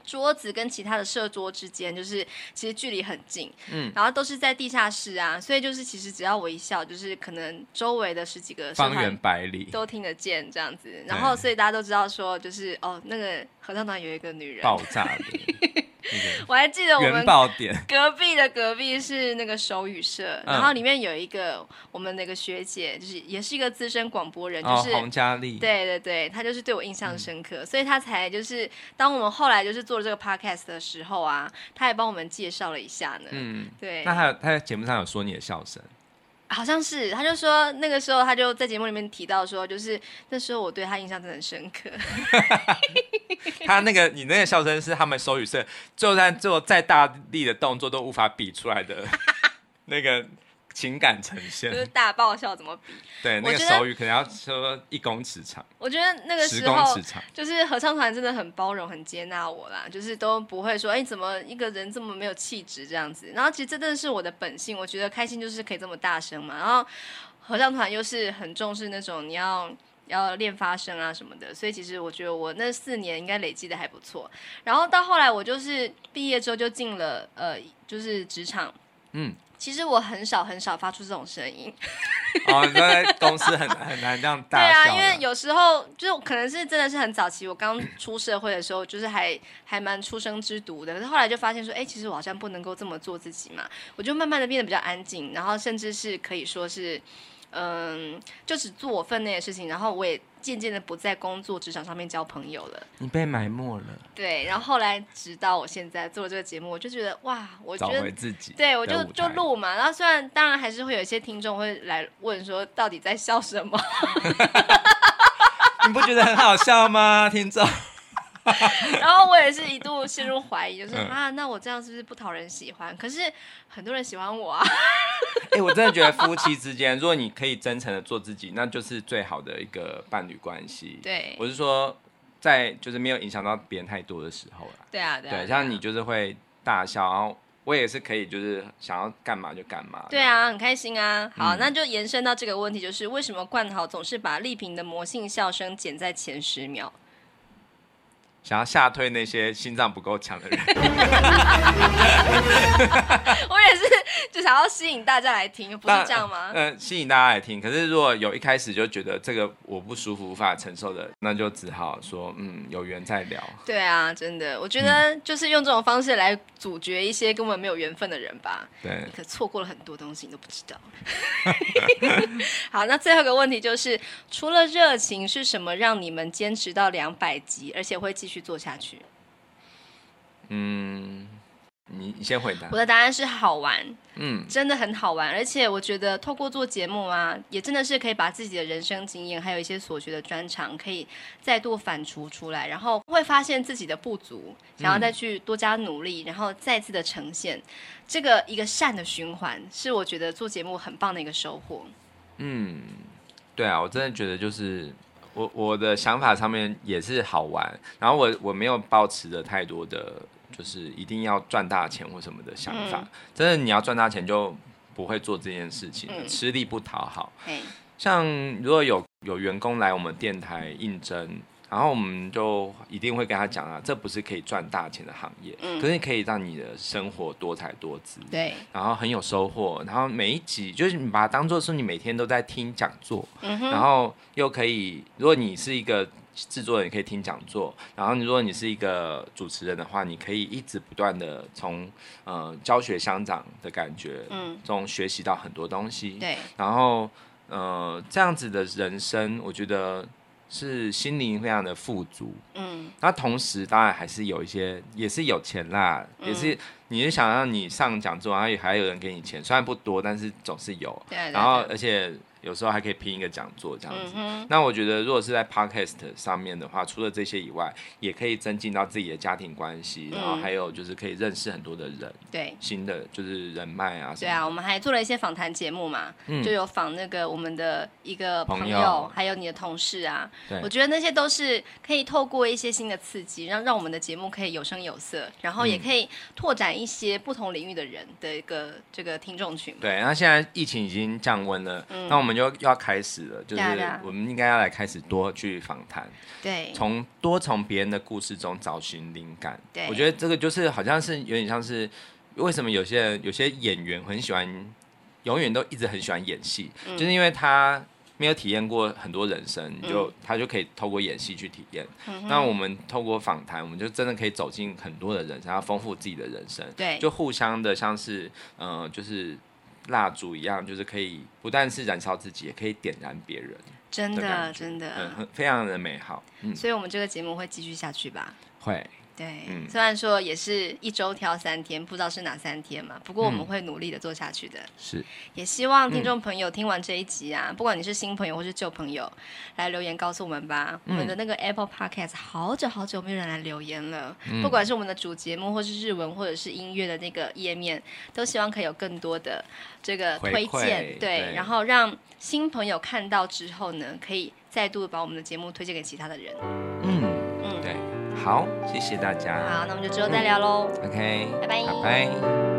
[SPEAKER 2] 桌子跟其他的社桌之间，就是其实距离很近，
[SPEAKER 1] 嗯
[SPEAKER 2] 然后都是在地下室啊，所以就是其实只要我一笑，就是可能周围的十几个社
[SPEAKER 1] 方
[SPEAKER 2] 团
[SPEAKER 1] 圆百里
[SPEAKER 2] 都听得见这样子，然后所以大家都知道说，就是哦，那个合唱团有一个女人，
[SPEAKER 1] 爆炸
[SPEAKER 2] [laughs]
[SPEAKER 1] 的那
[SPEAKER 2] 我还记得
[SPEAKER 1] 个
[SPEAKER 2] 我们
[SPEAKER 1] 原爆点，
[SPEAKER 2] 隔壁的隔壁是那个手语社，
[SPEAKER 1] 嗯
[SPEAKER 2] 然后里面有一个我们那个学姐，就是也是一个资深广播人，就
[SPEAKER 1] 哦，
[SPEAKER 2] 是。
[SPEAKER 1] 洪嗯嘉丽，
[SPEAKER 2] 对对对，她就是对我印象深刻，所以她才就是当我们后来就是做了这个 podcast 的时候啊，她也帮我们介绍了一下呢。
[SPEAKER 1] 嗯，
[SPEAKER 2] 对，
[SPEAKER 1] 那还有他在节目上有说你的笑声，
[SPEAKER 2] 好像是，他就说那个时候他就在节目里面提到说，就是那时候我对他印象真的很深
[SPEAKER 1] [laughs]
[SPEAKER 2] 刻。
[SPEAKER 1] 他那个你那个笑声是他们手语社就算做再大力的动作都无法比出来的 [laughs] 那个情感呈
[SPEAKER 2] 就是
[SPEAKER 1] 现。
[SPEAKER 2] 大爆笑怎么比？
[SPEAKER 1] 对，那
[SPEAKER 2] 我
[SPEAKER 1] 个
[SPEAKER 2] 觉得
[SPEAKER 1] 手语可能要说一公尺长，
[SPEAKER 2] 我觉得那个
[SPEAKER 1] 十
[SPEAKER 2] 时
[SPEAKER 1] 公
[SPEAKER 2] 候
[SPEAKER 1] 尺长。
[SPEAKER 2] 就是合唱团真的很包容、很接纳我啦，就是都不会说哎、怎么一个人这么没有气质这样子。然后其实这真的是我的本性，我觉得开心就是可以这么大声嘛。然后合唱团又是很重视那种你要。要练发声啊什么的，所以其实我觉得我那四年应该累积的还不错。然后到后来我就是毕业之后就进了呃，就是职场。
[SPEAKER 1] 嗯，
[SPEAKER 2] 其实我很少很少发出这种声音，
[SPEAKER 1] 哦，你说在公司很难很难这样
[SPEAKER 2] 对
[SPEAKER 1] 大
[SPEAKER 2] 啊，
[SPEAKER 1] 笑
[SPEAKER 2] 因
[SPEAKER 1] 啦。
[SPEAKER 2] 为有时候就是可能是真的是很早期，我刚出社会的时候，就是还还蛮出生之犊的。可是后来就发现说，哎、其实我好像不能够这么做自己嘛，我就慢慢的变得比较安静，然后甚至是可以说是，嗯，就只做我分内的事情，然后我也渐渐的不在工作职场上面交朋友了。
[SPEAKER 1] 你被埋没了，
[SPEAKER 2] 对，然后后来直到我现在做了这个节目，我就觉得哇，我觉
[SPEAKER 1] 找
[SPEAKER 2] 得
[SPEAKER 1] 回自己的舞台。
[SPEAKER 2] 对，我就就录嘛，然后虽然当然还是会有一些听众会来问说到底在笑什么，
[SPEAKER 1] 你不觉得很好笑吗，听
[SPEAKER 2] [laughs]
[SPEAKER 1] 众？
[SPEAKER 2] 然后我也是一度陷入怀疑，就是
[SPEAKER 1] 嗯
[SPEAKER 2] 啊，那我这样是不是不讨人喜欢？可是很多人喜欢我啊， [laughs]
[SPEAKER 1] 哎、我真的觉得夫妻之间，如果你可以真诚的做自己，那就是最好的一个伴侣关系。，
[SPEAKER 2] 对
[SPEAKER 1] 我，是说，在就是没有影响到别人太多的时候啦。
[SPEAKER 2] 对啊，对啊，
[SPEAKER 1] 对，像你，就是会大笑，然后我也是可以，就是想要干嘛就干嘛。
[SPEAKER 2] 对，啊，很开心啊。好，
[SPEAKER 1] 嗯
[SPEAKER 2] 那就延伸到这个问题，就是为什么冠豪总是把丽萍的魔性笑声剪在前十秒？ [laughs]
[SPEAKER 1] 想要吓退那些心脏不够强的人。
[SPEAKER 2] 我也是就想要吸引大家来听，不是这样吗？
[SPEAKER 1] 嗯、呃吸引大家来听。可是如果有一开始就觉得这个我不舒服、无法承受的，那就只好说，嗯，有缘再聊。
[SPEAKER 2] 对啊，真的，我觉
[SPEAKER 1] 嗯
[SPEAKER 2] 得就是用这种方式来阻绝一些根本没有缘分的人吧。
[SPEAKER 1] 对，
[SPEAKER 2] 可错过了很多东西，你都不知道。 [laughs] 好，那最后一个问题就是，除了热情，是什么让你们坚持到两百集，而且会继续做下去？
[SPEAKER 1] 嗯，你你先回答
[SPEAKER 2] 我。的答案是好玩，
[SPEAKER 1] 嗯，
[SPEAKER 2] 真的很好玩，而且我觉得透过做节目啊，也真的是可以把自己的人生经验，还有一些所学的专长，可以再度反刍出来，然后会发现自己的不足，想要再去多加努力，然后再次的呈现，这个一个善的循环，是我觉得做节目很棒的一个收获。
[SPEAKER 1] 嗯，对啊，我真的觉得就是我我的想法上面也是好玩，然后我我没有抱持着太多的就是一定要赚大钱或什么的想法，
[SPEAKER 2] 嗯
[SPEAKER 1] 真的你要赚大钱就不会做这件事情，
[SPEAKER 2] 嗯
[SPEAKER 1] 吃力不讨好。
[SPEAKER 2] 嘿，
[SPEAKER 1] 像如果有有员工来我们电台应征，然后我们就一定会跟他讲啊，这不是可以赚大钱的行业，
[SPEAKER 2] 嗯
[SPEAKER 1] 可是可以让你的生活多彩多姿。
[SPEAKER 2] 对，
[SPEAKER 1] 然后很有收获，然后每一集就是你把它当做是你每天都在听讲座，
[SPEAKER 2] 嗯哼，
[SPEAKER 1] 然后又可以，如果你是一个制作人，可以听讲座；然后如果你是一个主持人的话，你可以一直不断的从呃教学相长的感觉
[SPEAKER 2] 嗯，
[SPEAKER 1] 中学习到很多东西。
[SPEAKER 2] 对，
[SPEAKER 1] 然后呃这样子的人生，我觉得是心灵非常的富足。
[SPEAKER 2] 嗯，
[SPEAKER 1] 那同时当然还是有一些，也是有钱啦，也
[SPEAKER 2] 嗯
[SPEAKER 1] 是你是想让你上讲座，然后也还有人给你钱，虽然不多，但是总是有。
[SPEAKER 2] 对啊，对啊
[SPEAKER 1] 然后
[SPEAKER 2] 对啊
[SPEAKER 1] 而且有时候还可以拼一个讲座这样
[SPEAKER 2] 嗯
[SPEAKER 1] 子。
[SPEAKER 2] 哼，
[SPEAKER 1] 那我觉得，如果是在 podcast 上面的话，除了这些以外，也可以增进到自己的家庭关系，
[SPEAKER 2] 嗯
[SPEAKER 1] 然后还有就是可以认识很多的人，
[SPEAKER 2] 对。
[SPEAKER 1] 新的就是人脉啊什
[SPEAKER 2] 对
[SPEAKER 1] 么的。
[SPEAKER 2] 啊，我们还做了一些访谈节目嘛，
[SPEAKER 1] 嗯
[SPEAKER 2] 就有访那个我们的一个
[SPEAKER 1] 朋
[SPEAKER 2] 朋
[SPEAKER 1] 友
[SPEAKER 2] 友，还有你的同事啊
[SPEAKER 1] 对。
[SPEAKER 2] 我觉得那些都是可以透过一些新的刺激，让让我们的节目可以有声有色，然后也
[SPEAKER 1] 嗯
[SPEAKER 2] 可以拓展一些不同领域的人的一个这个听众群嘛。
[SPEAKER 1] 对，那现在疫情已经降温了，
[SPEAKER 2] 嗯
[SPEAKER 1] 那我们就要开始了，就是
[SPEAKER 2] 对啊对啊
[SPEAKER 1] 我们应该要来开始多去访谈。
[SPEAKER 2] 对，
[SPEAKER 1] 从多从别人的故事中找寻灵感。
[SPEAKER 2] 对
[SPEAKER 1] 我觉得这个就是好像是有点像是为什么有些人有些演员很喜欢，永远都一直很喜欢演戏，
[SPEAKER 2] 嗯
[SPEAKER 1] 就是因为他没有体验过很多人生，你就、他就可以透过演戏去体验。
[SPEAKER 2] 嗯哼
[SPEAKER 1] 那我们透过访谈，我们就真的可以走进很多的人生，然后丰富自己的人生。
[SPEAKER 2] 对
[SPEAKER 1] 就互相的像是呃，就是。蜡烛一样，就是可以不但是燃烧自己，也可以点燃别人，
[SPEAKER 2] 真
[SPEAKER 1] 的
[SPEAKER 2] 的
[SPEAKER 1] 感觉
[SPEAKER 2] 真
[SPEAKER 1] 嗯，
[SPEAKER 2] 的，
[SPEAKER 1] 很非常的美好。嗯，
[SPEAKER 2] 所以我们这个节目会继续下去吧。
[SPEAKER 1] 会。
[SPEAKER 2] 对，
[SPEAKER 1] 嗯
[SPEAKER 2] 虽然说也是一周挑三天，不知道是哪三天嘛，不过我们
[SPEAKER 1] 嗯
[SPEAKER 2] 会努力的做下去的。
[SPEAKER 1] 是，
[SPEAKER 2] 也希望听众朋友听完这一集啊，
[SPEAKER 1] 嗯
[SPEAKER 2] 不管你是新朋友或是旧朋友，来留言告诉我们吧。
[SPEAKER 1] 嗯
[SPEAKER 2] 我们的那个 Apple Podcast 好久好久没有人来留言了，
[SPEAKER 1] 嗯
[SPEAKER 2] 不管是我们的主节目，或是日文，或者是音乐的那个页面，都希望可以有更多的这个
[SPEAKER 1] 回
[SPEAKER 2] 推
[SPEAKER 1] 馈
[SPEAKER 2] 荐，对，
[SPEAKER 1] 对
[SPEAKER 2] 然后让新朋友看到之后呢，可以再度把我们的节目推荐给其他的人。
[SPEAKER 1] 嗯，
[SPEAKER 2] 嗯，
[SPEAKER 1] 对，好，谢谢大家
[SPEAKER 2] 好，那我们就之后再聊喽。
[SPEAKER 1] ，OK，
[SPEAKER 2] 拜拜
[SPEAKER 1] 拜拜